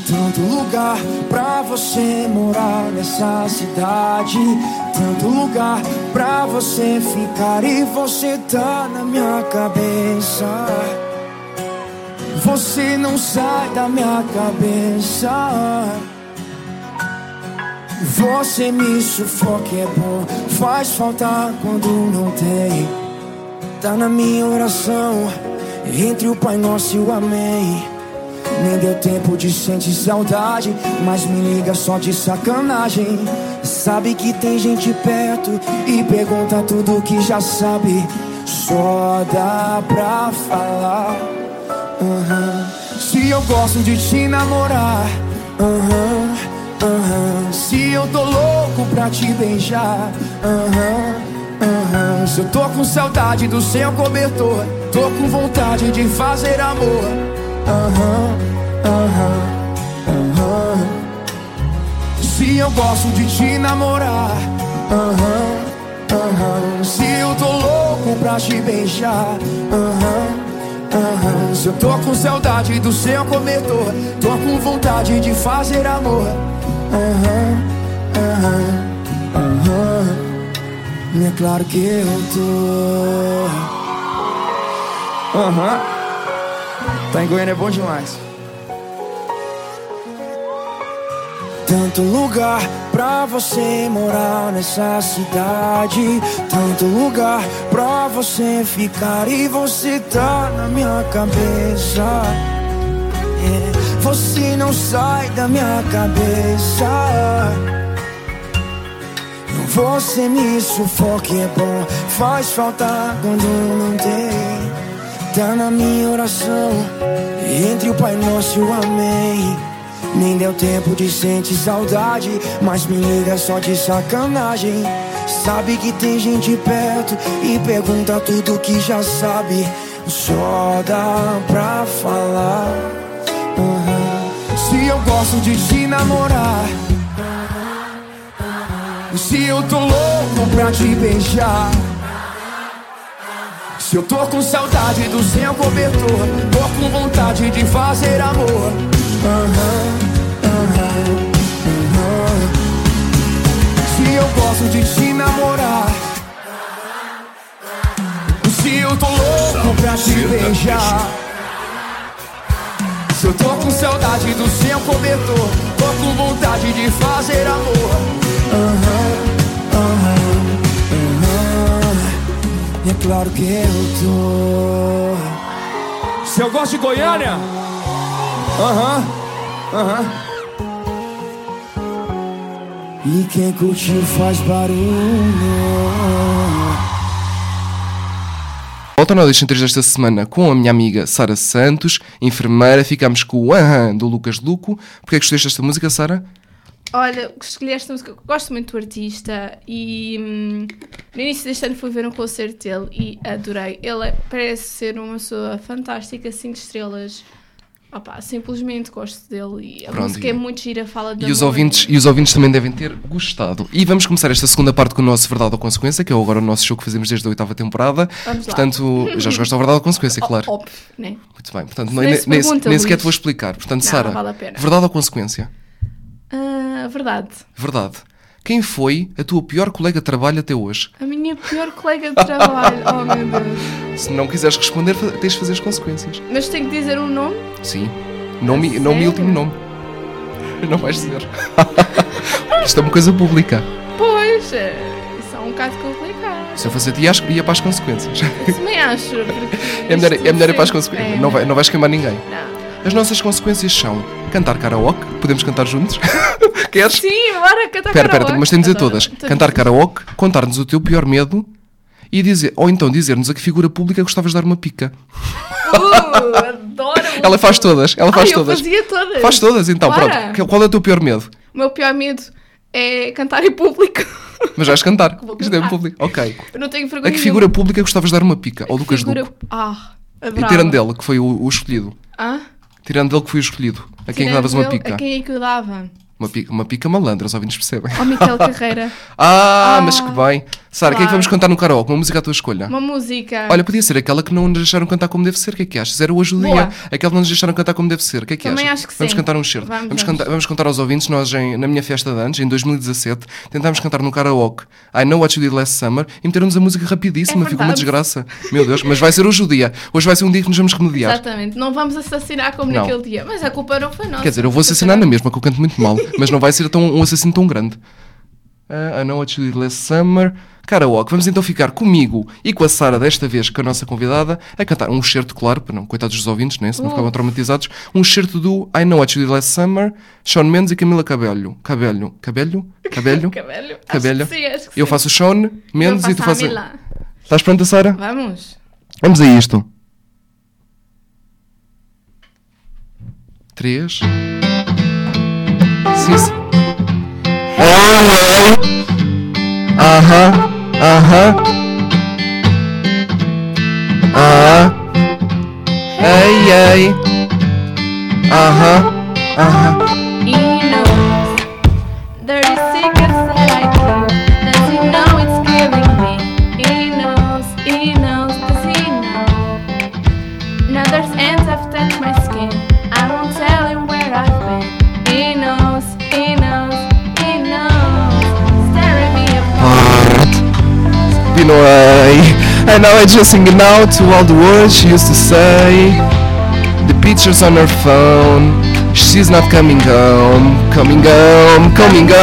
[SPEAKER 5] Tanto lugar pra você morar nessa cidade. Tanto lugar pra você ficar e você tá na minha cabeça. Você não sai da minha cabeça. Você me sufoca, é bom. Faz falta quando não tem. Tá na minha oração, entre o Pai Nosso e o Amém. Nem deu tempo de sentir saudade, mas me liga só de sacanagem. Sabe que tem gente perto e pergunta tudo que já sabe. Só dá pra falar. aham. Se eu gosto de te namorar, aham, aham. se eu tô louco pra te beijar, aham, aham. se eu tô com saudade do seu cobertor, tô com vontade de fazer amor. aham, aham, aham. Se eu gosto de te namorar, aham, aham. Se eu tô louco pra te beijar, aham, aham. Se eu tô com saudade do seu cobertor, tô com vontade de fazer amor, aham, aham, aham. E É claro que eu tô. Aham. Tá em Goiânia é bom demais. Tanto lugar pra você morar nessa cidade. Tanto lugar pra você ficar. E você tá na minha cabeça. É, Você não sai da minha cabeça. Você me sufoca, é bom. Faz falta quando não tem. Tá na minha oração. Entre o Pai Nosso e o Amém. Nem deu tempo de sentir saudade, mas me liga só de sacanagem. Sabe que tem gente perto e pergunta tudo que já sabe. Só dá pra falar. Aham. Se eu gosto de te namorar. Se eu tô louco pra te beijar. Se eu tô com saudade do seu cobertor, tô com vontade de fazer amor. Aham, aham, aham. Se eu gosto de te namorar. Se eu tô louco pra te beijar. Se eu tô com saudade do seu cobertor, tô com vontade de fazer amor. Aham, aham, aham. E é claro que eu tô. Se eu gosto de Goiânia? Aham, aham. E quem curtiu faz barulho.
[SPEAKER 3] Voltando ao Deixem 3 desta semana com a minha amiga Sara Santos, enfermeira. Ficámos com o Aham do Lucas Luco. Porquê é que escolheste esta música, Sara?
[SPEAKER 4] Olha, escolhi esta música, gosto muito do artista e hum, no início deste ano fui ver um concerto dele e adorei. Ele é- parece ser uma pessoa fantástica, 5 estrelas. Opa, simplesmente gosto dele e a
[SPEAKER 3] Pronto,
[SPEAKER 4] música
[SPEAKER 3] e-
[SPEAKER 4] é muito gira, fala de
[SPEAKER 3] E os,
[SPEAKER 4] amor.
[SPEAKER 3] ouvintes, e os ouvintes também devem ter gostado. E vamos começar esta segunda parte com o nosso Verdade ou Consequência, que é agora o nosso show que fazemos desde a oitava temporada.
[SPEAKER 4] Vamos lá.
[SPEAKER 3] Portanto, já jogaste ao Verdade ou Consequência,
[SPEAKER 4] Ó-
[SPEAKER 3] claro.
[SPEAKER 4] Óbvio, né?
[SPEAKER 3] Muito bem. Portanto,
[SPEAKER 4] Se
[SPEAKER 3] nem,
[SPEAKER 4] nem
[SPEAKER 3] nem,
[SPEAKER 4] se
[SPEAKER 3] nem-
[SPEAKER 4] pergunta,
[SPEAKER 3] nem sequer
[SPEAKER 4] Luís.
[SPEAKER 3] te vou explicar. Portanto,
[SPEAKER 4] Não,
[SPEAKER 3] Sara,
[SPEAKER 4] não vale a pena.
[SPEAKER 3] Verdade ou Consequência?
[SPEAKER 4] Ah, verdade.
[SPEAKER 3] Verdade. Quem foi a tua pior colega de trabalho até hoje?
[SPEAKER 4] A minha pior colega de trabalho, oh meu Deus.
[SPEAKER 3] Se não quiseres responder, fa- tens de fazer as consequências.
[SPEAKER 4] Mas tenho que dizer um nome?
[SPEAKER 3] Sim. Nome, nome
[SPEAKER 4] A
[SPEAKER 3] e
[SPEAKER 4] sério?
[SPEAKER 3] último nome. Não vais dizer. Isto é uma coisa pública.
[SPEAKER 4] Pois, eh, isso é um bocado complicado.
[SPEAKER 3] Se eu fazia ti, acho que ia para as consequências.
[SPEAKER 4] Isso me acho, porque.
[SPEAKER 3] É melhor, é melhor ir para as consequências. Não, vai,
[SPEAKER 4] vai
[SPEAKER 3] não vais queimar ninguém.
[SPEAKER 4] Não.
[SPEAKER 3] As nossas consequências são cantar karaoke. Podemos cantar juntos? Queres?
[SPEAKER 4] Sim, bora cantar um.
[SPEAKER 3] Espera, espera,
[SPEAKER 4] karaoke.
[SPEAKER 3] mas temos de dizer
[SPEAKER 4] Adoro.
[SPEAKER 3] todas.
[SPEAKER 4] Então,
[SPEAKER 3] Cantar karaoke, contar-nos o teu pior medo e dizer, ou então dizer-nos a que figura pública gostavas de dar uma pica.
[SPEAKER 4] Uh, adoro.
[SPEAKER 3] Ela faz todas, ela faz
[SPEAKER 4] Ai,
[SPEAKER 3] todas.
[SPEAKER 4] Eu fazia todas.
[SPEAKER 3] Faz todas, então,
[SPEAKER 4] Bora.
[SPEAKER 3] pronto. Qual é o teu pior medo?
[SPEAKER 4] O meu pior medo é cantar em público.
[SPEAKER 3] Mas vais cantar.
[SPEAKER 4] Vou
[SPEAKER 3] Isto é
[SPEAKER 4] cantar.
[SPEAKER 3] público. Ok.
[SPEAKER 4] Eu não tenho vergonha.
[SPEAKER 3] A É que figura pública gostavas de dar uma pica? Ou Lucas
[SPEAKER 4] Figura-
[SPEAKER 3] Luco?
[SPEAKER 4] Ah,
[SPEAKER 3] E
[SPEAKER 4] adorava.
[SPEAKER 3] tirando dela, que foi o, o escolhido.
[SPEAKER 4] Ah,
[SPEAKER 3] Tirando dele, que foi o escolhido. A quem é que
[SPEAKER 4] tirando
[SPEAKER 3] davas uma
[SPEAKER 4] dele,
[SPEAKER 3] pica?
[SPEAKER 4] A quem é que eu dava?
[SPEAKER 3] Uma pica, uma pica malandra, os ouvintes percebem.
[SPEAKER 4] Ó, Miquel Carreira,
[SPEAKER 3] Ah,
[SPEAKER 4] Ah,
[SPEAKER 3] mas que bem. Sara, o que é que
[SPEAKER 4] claro.
[SPEAKER 3] vamos cantar no karaoke? Uma música à tua escolha.
[SPEAKER 4] uma música.
[SPEAKER 3] Olha, podia ser aquela que não nos deixaram cantar como deve ser. O que é que achas? Era o ajudinha.
[SPEAKER 4] Boa.
[SPEAKER 3] Aquela que não nos deixaram cantar como deve ser. O que é que
[SPEAKER 4] Também
[SPEAKER 3] achas?
[SPEAKER 4] acho que
[SPEAKER 3] vamos
[SPEAKER 4] sim.
[SPEAKER 3] cantar um certo.
[SPEAKER 4] Vamos,
[SPEAKER 3] Vamos,
[SPEAKER 4] vamos.
[SPEAKER 3] cantar- vamos contar aos ouvintes. Nós, em- na minha festa de anos, em 2017, tentámos cantar no karaoke I Know What You Did Last Summer e meteram-nos a música rapidíssima.
[SPEAKER 4] É
[SPEAKER 3] Ficou uma
[SPEAKER 4] verdade.
[SPEAKER 3] desgraça. Meu Deus, mas vai ser hoje o dia. Hoje vai ser um dia que nos vamos remediar.
[SPEAKER 4] Exatamente, não vamos assassinar como
[SPEAKER 3] Não.
[SPEAKER 4] naquele dia, mas a culpa não foi nossa.
[SPEAKER 3] Quer dizer, eu vou assassinar na mesma, que eu canto muito mal, mas não vai ser tão, um assassino tão grande. Ah, I know what you did last summer. Karaoke, vamos então ficar comigo e com a Sara, desta vez com a nossa convidada, a cantar um certo, claro, para não, coitados dos ouvintes, né? se não
[SPEAKER 4] Uh.
[SPEAKER 3] ficavam traumatizados, um certo do I Know What You Did Last Summer, Sean Mendes e Camila Cabelho. Cabelho, Cabelho, Cabelho.
[SPEAKER 4] Cabelho.
[SPEAKER 3] Cabelho.
[SPEAKER 4] Acho que sim, acho que
[SPEAKER 3] Eu
[SPEAKER 4] sim.
[SPEAKER 3] faço o Sean
[SPEAKER 4] Eu
[SPEAKER 3] Mendes e
[SPEAKER 4] faço
[SPEAKER 3] tu
[SPEAKER 4] a
[SPEAKER 3] fazes.
[SPEAKER 4] Mila.
[SPEAKER 3] Estás pronta, Sara?
[SPEAKER 4] Vamos.
[SPEAKER 3] Vamos a isto. 3. Sim, sim. Aham, aham. Ah. Ei, ei. Aham, aham.
[SPEAKER 2] He knows dirty secrets that I keep. Does he know it's killing me? He knows, he knows, does he know? Now there's ants have touched my skin. I won't tell him where I've been. He knows, he knows, he knows. Staring me apart.
[SPEAKER 3] Been away. And now I just sing now to all the words she used to say. The pictures on her phone. She's not coming home, coming home, coming home.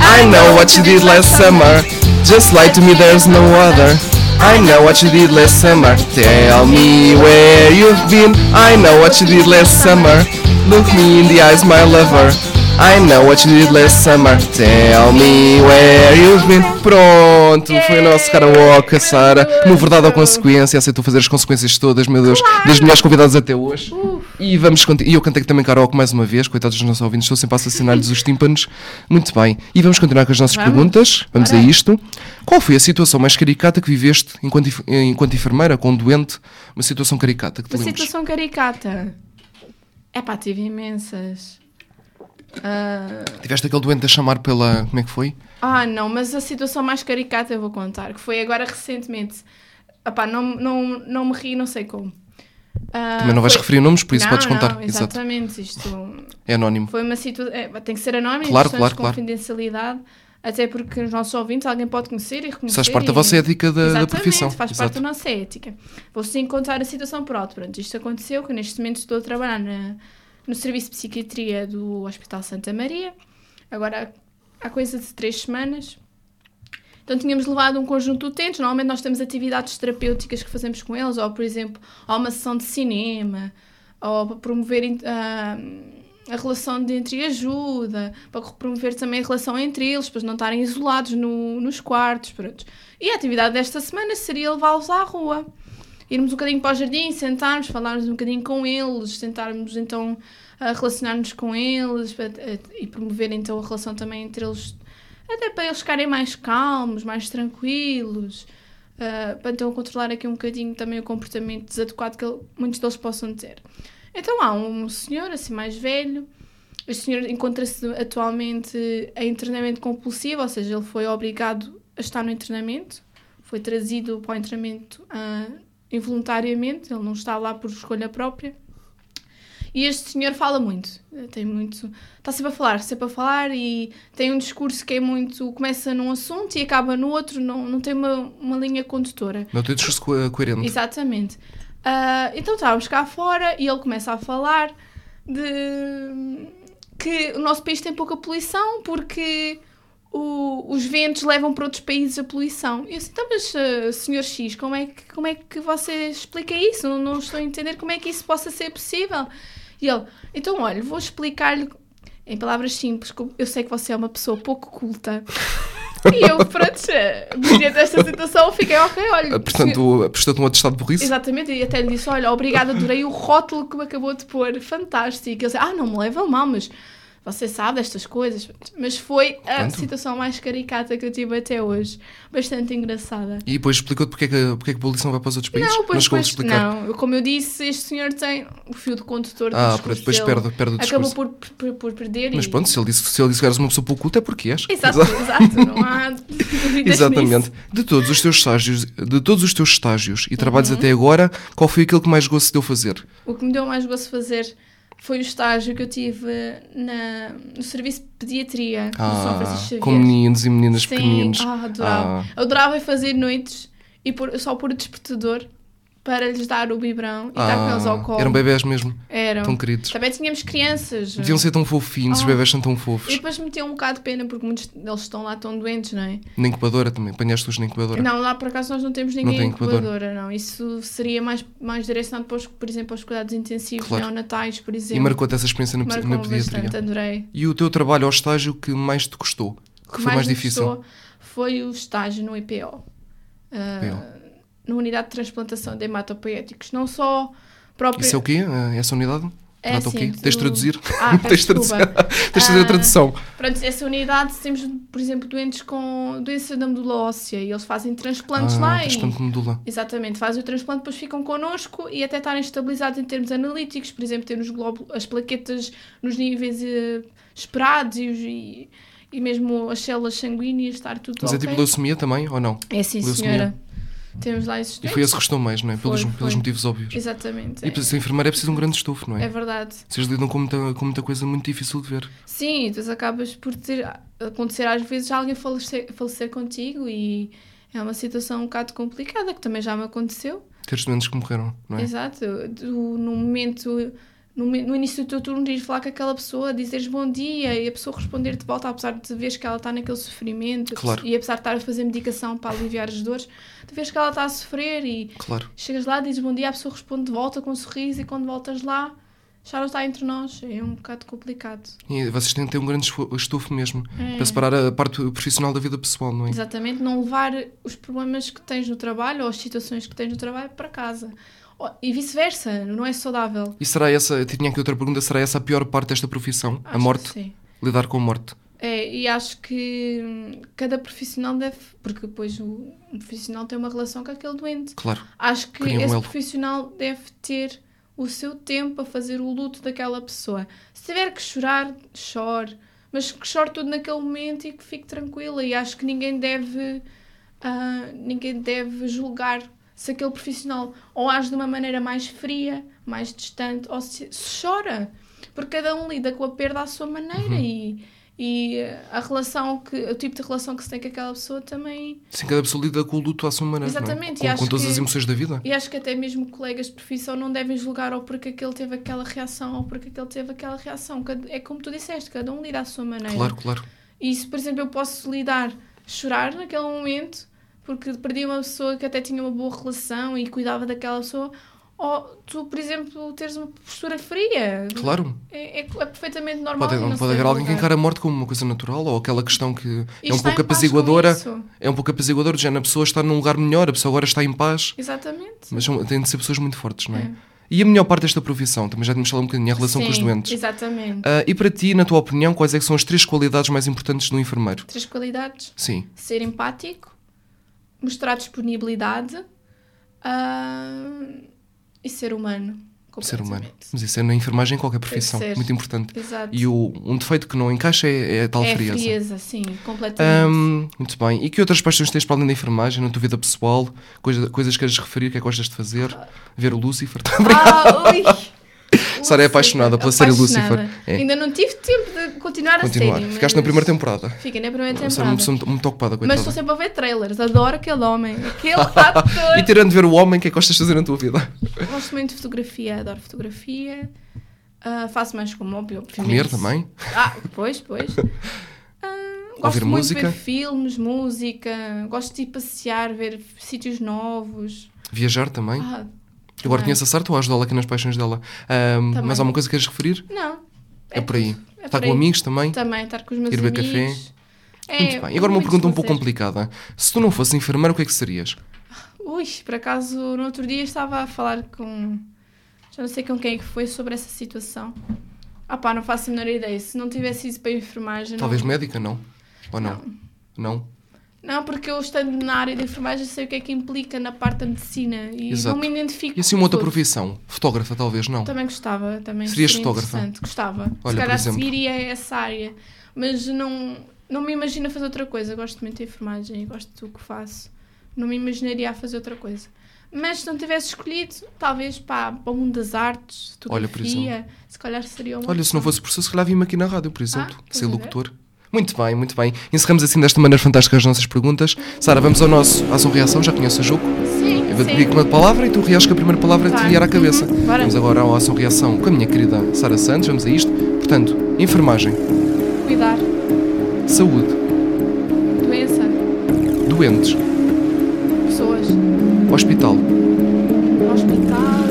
[SPEAKER 3] I know what you did last summer. Just lie to me, there's no other. I know what you did last summer. Tell me where you've been. I know what you did last summer. Look me in the eyes, my lover. I know what you did last summer. Tell me where you've been. Pronto, foi o nosso karaoke, Sara. No verdade ou consequência, aceitou fazer as consequências todas, meu Deus, das melhores convidadas até hoje. E vamos conti- E eu cantei também karaoke mais uma vez, coitados dos nossos ouvintes, estou sempre a assassinar-lhes os tímpanos. Muito bem. E vamos continuar com as nossas
[SPEAKER 4] Vamos.
[SPEAKER 3] perguntas. Vamos a
[SPEAKER 4] Bora.
[SPEAKER 3] isto. Qual foi a situação mais caricata que viveste enquanto, enf- enquanto enfermeira com um doente? Uma situação caricata que te
[SPEAKER 4] Uma
[SPEAKER 3] lembres?
[SPEAKER 4] situação caricata. É pá, tive imensas. Ah,
[SPEAKER 3] Tiveste aquele doente a chamar pela. Como é que foi?
[SPEAKER 4] Ah, não, mas a situação mais caricata eu vou contar, que foi agora recentemente. Epá, não, não, não me ri, não sei como. Ah,
[SPEAKER 3] Também não vais
[SPEAKER 4] foi-
[SPEAKER 3] referir nomes, por isso
[SPEAKER 4] Não,
[SPEAKER 3] podes contar.
[SPEAKER 4] Não,
[SPEAKER 3] Exato.
[SPEAKER 4] exatamente, isto
[SPEAKER 3] É anónimo.
[SPEAKER 4] foi uma situação. tem que ser anónimo,
[SPEAKER 3] Claro,
[SPEAKER 4] claro,
[SPEAKER 3] claro,
[SPEAKER 4] claro, com
[SPEAKER 3] claro.
[SPEAKER 4] confidencialidade, até porque os nossos ouvintes alguém pode conhecer e reconhecer.
[SPEAKER 3] Isso faz parte
[SPEAKER 4] e-
[SPEAKER 3] da vossa ética da, da
[SPEAKER 4] Exatamente,
[SPEAKER 3] profissão.
[SPEAKER 4] faz parte
[SPEAKER 3] Exato.
[SPEAKER 4] da nossa ética. Vou sim contar a situação por alto. Pronto, isto aconteceu, que neste momento estou a trabalhar na- no serviço de psiquiatria do Hospital Santa Maria. Agora, há coisa de três semanas. Então tínhamos levado um conjunto de utentes, normalmente nós temos atividades terapêuticas que fazemos com eles, ou por exemplo, há uma sessão de cinema, ou para promover ah, a relação de entreajuda, para promover também a relação entre eles, para eles não estarem isolados no- nos quartos, pronto. E a atividade desta semana seria levá-los à rua irmos um bocadinho para o jardim, sentarmos, falarmos um bocadinho com eles, tentarmos então a relacionar-nos com eles pa- a- e promover então a relação também entre eles, até para eles ficarem mais calmos, mais tranquilos, ah, para então controlar aqui um bocadinho também o comportamento desadequado que ele- muitos deles possam ter. Então há um senhor assim mais velho, o senhor encontra-se atualmente em treinamento compulsivo, ou seja, ele foi obrigado a estar no internamento, foi trazido para o internamento ah, involuntariamente, ele não está lá por escolha própria. E este senhor fala muito, eh, tem muito, está sempre a falar, sempre a falar e tem um discurso que é muito, começa num assunto e acaba no outro, não, não tem uma, uma linha condutora.
[SPEAKER 3] Não tem discurso co- coerente.
[SPEAKER 4] Exatamente. Ah, então estávamos cá fora e ele começa a falar de que o nosso país tem pouca poluição porque o- os ventos levam para outros países a poluição. E eu disse, então, mas ah, senhor X, como é, que, como é que você explica isso? Não, não estou a entender como é que isso possa ser possível. E ele, então, olha, vou explicar-lhe em palavras simples, como eu sei que você é uma pessoa pouco culta. E eu, pronto, ah, mediante esta situação, fiquei, ok, olha.
[SPEAKER 3] Ah, Portanto, prestou-te um atestado de burrice?
[SPEAKER 4] Exatamente, e até lhe disse: Olha, obrigada, adorei o rótulo que me acabou de pôr, fantástico. Ele disse: Ah, não me leva a mal, mas você sabe destas coisas. Mas foi a
[SPEAKER 3] Portanto.
[SPEAKER 4] situação mais caricata que eu tive até hoje. Bastante engraçada.
[SPEAKER 3] E depois explicou-te porque é que, porque é que a poluição vai para os outros países?
[SPEAKER 4] Não, pois,
[SPEAKER 3] Mas como
[SPEAKER 4] pois
[SPEAKER 3] explicar?
[SPEAKER 4] não. Eu, Como eu disse, este senhor tem o fio de condutor do
[SPEAKER 3] Ah,
[SPEAKER 4] discurso
[SPEAKER 3] depois
[SPEAKER 4] dele.
[SPEAKER 3] perde- perde o
[SPEAKER 4] Acabou
[SPEAKER 3] discurso.
[SPEAKER 4] por, por, por perder
[SPEAKER 3] Mas
[SPEAKER 4] e...
[SPEAKER 3] pronto, se ele disse, se ele disse que eras uma pessoa pouco culta é porque és.
[SPEAKER 4] Exato, exato. Não há dúvidas
[SPEAKER 3] Exatamente.
[SPEAKER 4] nisso.
[SPEAKER 3] De todos os teus estágios, de todos os teus estágios e trabalhos até agora, qual foi aquele que mais gosto te deu fazer?
[SPEAKER 4] Uhum. O que me deu mais gosto fazer foi o estágio que eu tive na, no serviço de pediatria do São Francisco Xavier.
[SPEAKER 3] Ah, com meninos e meninas
[SPEAKER 4] Sim,
[SPEAKER 3] pequeninos.
[SPEAKER 4] Ah, adorava.
[SPEAKER 3] Ah,
[SPEAKER 4] Eu Adorava fazer noites e pôr- só pôr o despertador para lhes dar o biberão e estar com eles ao
[SPEAKER 3] ah,
[SPEAKER 4] colo.
[SPEAKER 3] eram bebés mesmo.
[SPEAKER 4] Eram.
[SPEAKER 3] tão queridos.
[SPEAKER 4] Também tínhamos crianças.
[SPEAKER 3] Deviam ser tão fofinhos, os
[SPEAKER 4] Ah.
[SPEAKER 3] bebés são tão
[SPEAKER 4] E
[SPEAKER 3] fofos.
[SPEAKER 4] depois me deu um bocado de pena porque muitos deles estão lá tão doentes, não é?
[SPEAKER 3] Na incubadora também, apanhaste-os na incubadora.
[SPEAKER 4] Não, lá por acaso nós não temos ninguém
[SPEAKER 3] tem
[SPEAKER 4] em
[SPEAKER 3] incubadora.
[SPEAKER 4] incubadora. não. Isso seria mais, mais direcionado, para os, por exemplo, aos cuidados intensivos
[SPEAKER 3] Claro.
[SPEAKER 4] neonatais, por
[SPEAKER 3] E
[SPEAKER 4] exemplo.
[SPEAKER 3] marcou-te essa experiência na,
[SPEAKER 4] Marcou-me
[SPEAKER 3] na pediatria.
[SPEAKER 4] bastante, adorei.
[SPEAKER 3] E o teu trabalho ao estágio que mais te custou? Que foi mais,
[SPEAKER 4] me
[SPEAKER 3] difícil?
[SPEAKER 4] custou Foi o estágio no IPO. ah, na unidade de transplantação de hematopoéticos. Não só próprio...
[SPEAKER 3] Isso é o quê? Ah, Essa unidade?
[SPEAKER 4] É,
[SPEAKER 3] Trata o
[SPEAKER 4] sim,
[SPEAKER 3] quê?
[SPEAKER 4] do-
[SPEAKER 3] Tens de traduzir?
[SPEAKER 4] Ah, peço
[SPEAKER 3] Tens de traduzir.
[SPEAKER 4] desculpa.
[SPEAKER 3] Tens de fazer a
[SPEAKER 4] Ah,
[SPEAKER 3] tradução.
[SPEAKER 4] Pronto, essa unidade temos, por exemplo, doentes com doença da medula óssea e eles fazem
[SPEAKER 3] Ah,
[SPEAKER 4] transplantes Ah, lá e-
[SPEAKER 3] bastante medula.
[SPEAKER 4] Exatamente, fazem o transplante, depois ficam connosco e até estarem estabilizados em termos analíticos, por exemplo, ter os glóbulos, as plaquetas nos níveis eh, esperados e, os- e, e mesmo as células sanguíneas, estar tudo
[SPEAKER 3] Mas é
[SPEAKER 4] ok.
[SPEAKER 3] tipo leucemia também, ou não?
[SPEAKER 4] É sim,
[SPEAKER 3] leucemia.
[SPEAKER 4] senhora. Temos lá esses
[SPEAKER 3] E
[SPEAKER 4] doentes.
[SPEAKER 3] foi esse que custou mais, não é? Pelos,
[SPEAKER 4] Foi, foi.
[SPEAKER 3] pelos motivos óbvios.
[SPEAKER 4] Exatamente.
[SPEAKER 3] E para ser enfermeira é preciso um grande estofo, não
[SPEAKER 4] é.
[SPEAKER 3] é?
[SPEAKER 4] é verdade.
[SPEAKER 3] Vocês lidam com muita, com muita coisa muito difícil de ver.
[SPEAKER 4] Sim, tu acabas por ter, acontecer às vezes alguém falecer, falecer contigo e é uma situação um bocado complicada, que também já me aconteceu.
[SPEAKER 3] Ter estudantes que morreram, não é?
[SPEAKER 4] Exato. Tu, no momento, no, me- no início do teu turno, ires falar com aquela pessoa, dizeres bom dia e a pessoa responder de volta, apesar de veres que ela está naquele sofrimento
[SPEAKER 3] Claro.
[SPEAKER 4] e apesar de estar a fazer medicação para aliviar as dores, tu vês que ela está a sofrer e
[SPEAKER 3] Claro.
[SPEAKER 4] chegas lá, dizes bom dia, a pessoa responde de volta com um sorriso e quando voltas lá já não está entre nós. É um bocado complicado.
[SPEAKER 3] E vocês têm de ter um grande esfo- estofo mesmo
[SPEAKER 4] É.
[SPEAKER 3] para separar a parte profissional da vida pessoal, não é?
[SPEAKER 4] Exatamente, não levar os problemas que tens no trabalho ou as situações que tens no trabalho para casa. Ou- E vice-versa, não é saudável.
[SPEAKER 3] E será essa, eu tinha aqui outra pergunta, será essa a pior parte desta profissão?
[SPEAKER 4] Acho
[SPEAKER 3] a
[SPEAKER 4] que
[SPEAKER 3] morte?
[SPEAKER 4] Sim.
[SPEAKER 3] Lidar com a morte?
[SPEAKER 4] É, e acho que hum, cada profissional deve, porque depois o o profissional tem uma relação com aquele doente.
[SPEAKER 3] Claro.
[SPEAKER 4] Acho que
[SPEAKER 3] Cria um
[SPEAKER 4] esse
[SPEAKER 3] elo.
[SPEAKER 4] profissional deve ter o seu tempo a fazer o luto daquela pessoa. Se tiver que chorar, chore, mas que chore tudo naquele momento e que fique tranquila. E acho que ninguém deve, ah, ninguém deve julgar se aquele profissional ou age de uma maneira mais fria, mais distante, ou se, se chora. Porque cada um lida com a perda à sua maneira e, e a relação que, o tipo de relação que se tem com aquela pessoa também
[SPEAKER 3] Sim, cada pessoa lida com o luto à sua maneira. não é?
[SPEAKER 4] Exatamente, e
[SPEAKER 3] Com,
[SPEAKER 4] acho
[SPEAKER 3] com todas
[SPEAKER 4] que-
[SPEAKER 3] as emoções da vida.
[SPEAKER 4] e acho que até mesmo colegas de profissão não devem julgar ou porque aquele teve aquela reação ou porque aquele teve aquela reação. Cada- É como tu disseste, cada um lida à sua maneira.
[SPEAKER 3] Claro, claro.
[SPEAKER 4] E se, por exemplo, eu posso lidar, chorar naquele momento porque perdi uma pessoa que até tinha uma boa relação e cuidava daquela pessoa, ou tu, por exemplo, teres uma postura fria.
[SPEAKER 3] Claro.
[SPEAKER 4] É, é- é perfeitamente normal.
[SPEAKER 3] Pode,
[SPEAKER 4] e não se
[SPEAKER 3] pode
[SPEAKER 4] deve
[SPEAKER 3] haver alguém que
[SPEAKER 4] julgar.
[SPEAKER 3] encara a morte como uma coisa natural ou aquela questão que
[SPEAKER 4] E
[SPEAKER 3] é um pouco
[SPEAKER 4] está em paz com
[SPEAKER 3] apaziguadora.
[SPEAKER 4] isso.
[SPEAKER 3] É um pouco apaziguador, já a pessoa está num lugar melhor, a pessoa agora está em paz,
[SPEAKER 4] Exatamente.
[SPEAKER 3] mas são- têm de ser pessoas muito fortes, não é? E a melhor parte desta profissão, também já tínhamos falado um bocadinho, a relação com os
[SPEAKER 4] Sim,
[SPEAKER 3] doentes.
[SPEAKER 4] Exatamente.
[SPEAKER 3] Ah, e para ti, na tua opinião, quais é que são as três qualidades mais importantes de um enfermeiro?
[SPEAKER 4] Três qualidades.
[SPEAKER 3] Sim.
[SPEAKER 4] ser empático, mostrar disponibilidade ah, e ser humano.
[SPEAKER 3] um Ser humano.
[SPEAKER 4] completamente.
[SPEAKER 3] Mas isso é na enfermagem em qualquer profissão.
[SPEAKER 4] ser.
[SPEAKER 3] Muito importante.
[SPEAKER 4] Exato.
[SPEAKER 3] E o, um defeito que não encaixa é, é a tal
[SPEAKER 4] é a
[SPEAKER 3] frieza.
[SPEAKER 4] frieza, sim, completamente.
[SPEAKER 3] Ahm, muito bem. E que outras paixões tens para além da enfermagem, na tua vida pessoal? Coisa, coisas que queres referir, que é que gostas de fazer? Ver o Lucifer? Tá brin-
[SPEAKER 4] Ah, ui!
[SPEAKER 3] Sara é apaixonada pela série
[SPEAKER 4] Apaixonada.
[SPEAKER 3] Lucifer. É.
[SPEAKER 4] Ainda não tive tempo de continuar a
[SPEAKER 3] Continuar.
[SPEAKER 4] série.
[SPEAKER 3] Ficaste na
[SPEAKER 4] mas-
[SPEAKER 3] primeira temporada.
[SPEAKER 4] Fiquei na primeira
[SPEAKER 3] Eu sou uma
[SPEAKER 4] temporada.
[SPEAKER 3] pessoa muito, então muito ocupada,
[SPEAKER 4] Mas
[SPEAKER 3] coitada.
[SPEAKER 4] estou sempre a ver trailers, adoro aquele homem, aquele ator.
[SPEAKER 3] E tirando de ver o homem, o que é que gostas de fazer na tua vida?
[SPEAKER 4] Gosto muito de fotografia, adoro fotografia. Ah, faço mais como hobby,
[SPEAKER 3] Comer
[SPEAKER 4] obviamente.
[SPEAKER 3] também?
[SPEAKER 4] Ah, pois, pois. Ah, gosto
[SPEAKER 3] Ouvir
[SPEAKER 4] muito de
[SPEAKER 3] música?
[SPEAKER 4] ver filmes, música, gosto de ir passear, ver sítios novos.
[SPEAKER 3] Viajar também?
[SPEAKER 4] Ah,
[SPEAKER 3] Eu Agora
[SPEAKER 4] também.
[SPEAKER 3] conheço a Sara, estou a ajudá-la aqui nas paixões dela. Ahm,
[SPEAKER 4] Também.
[SPEAKER 3] mas há uma coisa que queres referir?
[SPEAKER 4] não.
[SPEAKER 3] É, por aí.
[SPEAKER 4] tudo, é
[SPEAKER 3] Está
[SPEAKER 4] por
[SPEAKER 3] com
[SPEAKER 4] aí.
[SPEAKER 3] amigos também?
[SPEAKER 4] Também, estar com os meus
[SPEAKER 3] Ir beber
[SPEAKER 4] amigos.
[SPEAKER 3] café.
[SPEAKER 4] É,
[SPEAKER 3] Muito bem. E agora uma
[SPEAKER 4] muito
[SPEAKER 3] pergunta um pouco
[SPEAKER 4] prazer.
[SPEAKER 3] complicada. Se tu não fosses enfermeiro, o que é que serias?
[SPEAKER 4] Ui, por acaso, no outro dia estava a falar com. Já não sei com quem é que foi sobre essa situação. Ah pá, não faço a menor ideia. Se não tivesse isso para enfermagem.
[SPEAKER 3] Talvez
[SPEAKER 4] não...
[SPEAKER 3] médica, não? Ou não? Não?
[SPEAKER 4] Não, porque eu estando na área de enfermagem sei o que é que implica na parte da medicina e
[SPEAKER 3] Exato.
[SPEAKER 4] não me identifico.
[SPEAKER 3] E assim uma outra
[SPEAKER 4] com tudo.
[SPEAKER 3] profissão? Fotógrafa, talvez não.
[SPEAKER 4] Também gostava, também
[SPEAKER 3] Serias
[SPEAKER 4] seria
[SPEAKER 3] fotógrafa?
[SPEAKER 4] interessante. Gostava.
[SPEAKER 3] por
[SPEAKER 4] Se calhar
[SPEAKER 3] exemplo.
[SPEAKER 4] seguiria essa área, mas não, não me imagino a fazer outra coisa. Gosto muito de enfermagem, gosto do que faço. Não me imaginaria a fazer outra coisa. Mas se não tivesse escolhido, talvez pá, para o mundo das artes,
[SPEAKER 3] Olha, por
[SPEAKER 4] fotografia, se calhar seria um uma
[SPEAKER 3] Olha, se não
[SPEAKER 4] opção.
[SPEAKER 3] fosse professor, se calhar vim aqui na rádio, por exemplo,
[SPEAKER 4] Ah,
[SPEAKER 3] ser
[SPEAKER 4] estás a ver?
[SPEAKER 3] locutor. Muito bem, muito bem. Encerramos assim desta maneira fantástica as nossas perguntas. Sara, vamos ao nosso ação-reação, já conheces o jogo?
[SPEAKER 4] Sim,
[SPEAKER 3] Eu vou te
[SPEAKER 4] sim.
[SPEAKER 3] pedir uma palavra e tu reages com a primeira palavra que te
[SPEAKER 4] Tá.
[SPEAKER 3] vier à cabeça.
[SPEAKER 4] Uhum, bora.
[SPEAKER 3] Vamos agora ao ação-reação com a minha querida Sara Santos, vamos a isto. Portanto, enfermagem,
[SPEAKER 4] Cuidar,
[SPEAKER 3] saúde,
[SPEAKER 4] doença,
[SPEAKER 3] doentes,
[SPEAKER 4] pessoas,
[SPEAKER 3] hospital,
[SPEAKER 4] hospital.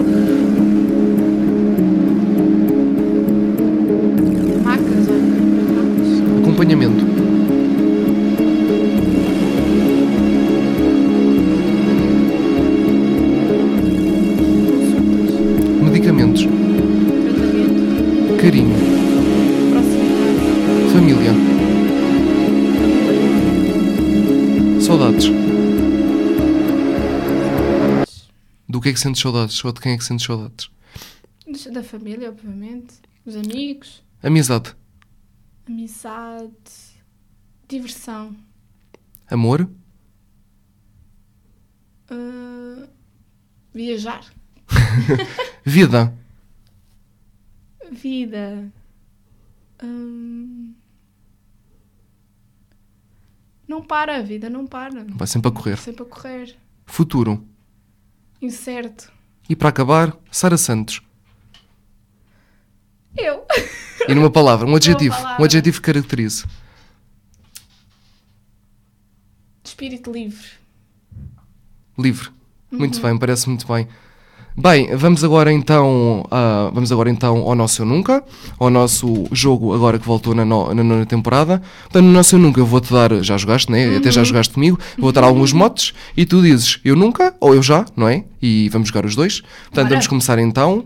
[SPEAKER 4] Macas, olha. Macas.
[SPEAKER 3] acompanhamento,
[SPEAKER 4] Consultas.
[SPEAKER 3] medicamentos,
[SPEAKER 4] Tratamento,
[SPEAKER 3] carinho,
[SPEAKER 4] proximidade,
[SPEAKER 3] família, saudades. Do que é que sentes saudades ou de quem é que sentes saudades?
[SPEAKER 4] dos- da família, obviamente, dos amigos,
[SPEAKER 3] Amizade,
[SPEAKER 4] amizade, diversão,
[SPEAKER 3] amor,
[SPEAKER 4] ah, viajar,
[SPEAKER 3] vida,
[SPEAKER 4] vida. hum, não para, a vida não para.
[SPEAKER 3] vai sempre a correr,
[SPEAKER 4] Sempre a correr.
[SPEAKER 3] futuro.
[SPEAKER 4] Incerto.
[SPEAKER 3] E para acabar, Sara Santos.
[SPEAKER 4] Eu.
[SPEAKER 3] E numa palavra, um adjetivo, um
[SPEAKER 4] palavra.
[SPEAKER 3] adjetivo que caracterize.
[SPEAKER 4] Espírito livre.
[SPEAKER 3] Livre. Muito bem, parece muito bem. Bem, vamos agora então, ah, vamos agora então ao nosso Eu Nunca, ao nosso jogo agora que voltou na, no- na nona temporada. Portanto, no nosso Eu Nunca eu vou-te dar, já jogaste, né? Até já jogaste comigo, vou dar alguns motes e tu dizes Eu Nunca ou Eu Já, não é? E vamos jogar os dois. Portanto,
[SPEAKER 4] Bora.
[SPEAKER 3] vamos começar então.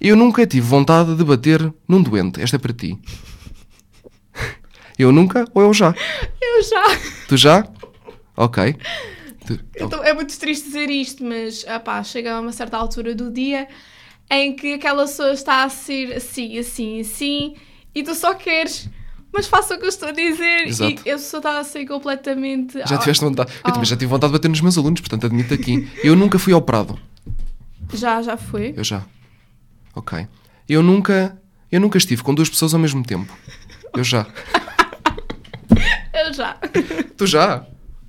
[SPEAKER 3] Eu nunca tive vontade de bater num doente. Esta é para ti. Eu nunca ou eu já?
[SPEAKER 4] Eu já.
[SPEAKER 3] Tu já? Ok. Tu-
[SPEAKER 4] Então, é muito triste dizer isto, mas opá, chega a uma certa altura do dia em que aquela pessoa está a ser assim, assim, assim, e tu só queres, mas faça o que eu estou a dizer,
[SPEAKER 3] Exato.
[SPEAKER 4] e a pessoa está a ser completamente.
[SPEAKER 3] Já
[SPEAKER 4] Ah,
[SPEAKER 3] tiveste vontade. Eu também
[SPEAKER 4] Ah.
[SPEAKER 3] já tive vontade de bater nos meus alunos, portanto admito aqui. Eu nunca fui ao Prado.
[SPEAKER 4] Já, já foi.
[SPEAKER 3] Eu já. Ok. Eu nunca. Eu nunca estive com duas pessoas ao mesmo tempo. Eu já.
[SPEAKER 4] Eu já.
[SPEAKER 3] Tu já?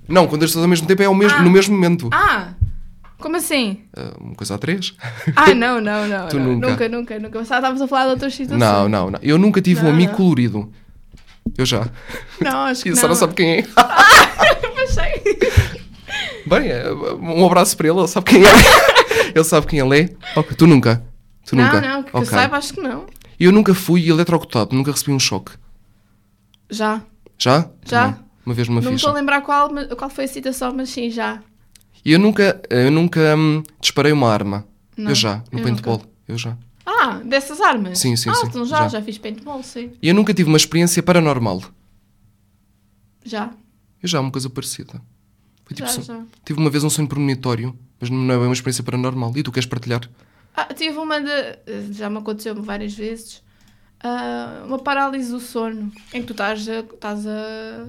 [SPEAKER 3] Não, com duas pessoas ao mesmo tempo é ao mesmo, no mesmo momento.
[SPEAKER 4] Ah! Como assim?
[SPEAKER 3] Ah, uma coisa a três.
[SPEAKER 4] Ah, não, não, não.
[SPEAKER 3] Tu
[SPEAKER 4] não.
[SPEAKER 3] nunca.
[SPEAKER 4] nunca, nunca, nunca. Mas estávamos a falar de outras situações.
[SPEAKER 3] Não, não, não. Eu nunca tive um
[SPEAKER 4] Então Não,
[SPEAKER 3] amigo
[SPEAKER 4] não.
[SPEAKER 3] colorido. Eu já.
[SPEAKER 4] Não, acho que
[SPEAKER 3] E a
[SPEAKER 4] não.
[SPEAKER 3] Sara sabe quem é.
[SPEAKER 4] Achei.
[SPEAKER 3] Bem, é, um abraço para ele, ele sabe quem é. ele sabe quem ele é. Ok, tu nunca. Tu
[SPEAKER 4] Não,
[SPEAKER 3] nunca.
[SPEAKER 4] não, que eu
[SPEAKER 3] Ok.
[SPEAKER 4] saiba, acho que não.
[SPEAKER 3] Eu nunca fui eletrocutado, nunca recebi um choque.
[SPEAKER 4] Já.
[SPEAKER 3] Já?
[SPEAKER 4] Já.
[SPEAKER 3] Também. Uma vez numa
[SPEAKER 4] não me
[SPEAKER 3] ficha.
[SPEAKER 4] estou a lembrar qual, mas- qual foi a situação, mas sim, já.
[SPEAKER 3] E eu nunca, eu nunca hum, disparei uma arma.
[SPEAKER 4] Não,
[SPEAKER 3] eu já, no
[SPEAKER 4] eu
[SPEAKER 3] paintball. Eu já.
[SPEAKER 4] Ah, dessas armas?
[SPEAKER 3] Sim, sim,
[SPEAKER 4] ah,
[SPEAKER 3] sim,
[SPEAKER 4] Então já,
[SPEAKER 3] já.
[SPEAKER 4] já, fiz paintball, sim.
[SPEAKER 3] E eu nunca tive uma experiência paranormal.
[SPEAKER 4] Já.
[SPEAKER 3] Eu já, uma coisa parecida. Foi tipo
[SPEAKER 4] Já,
[SPEAKER 3] sonho-
[SPEAKER 4] já.
[SPEAKER 3] Tive uma vez um sonho premonitório, mas não é bem uma experiência paranormal. E tu queres partilhar?
[SPEAKER 4] Ah, tive uma de. Já me aconteceu várias vezes. ah, uma parálise do sono. Em que tu estás a. estás a.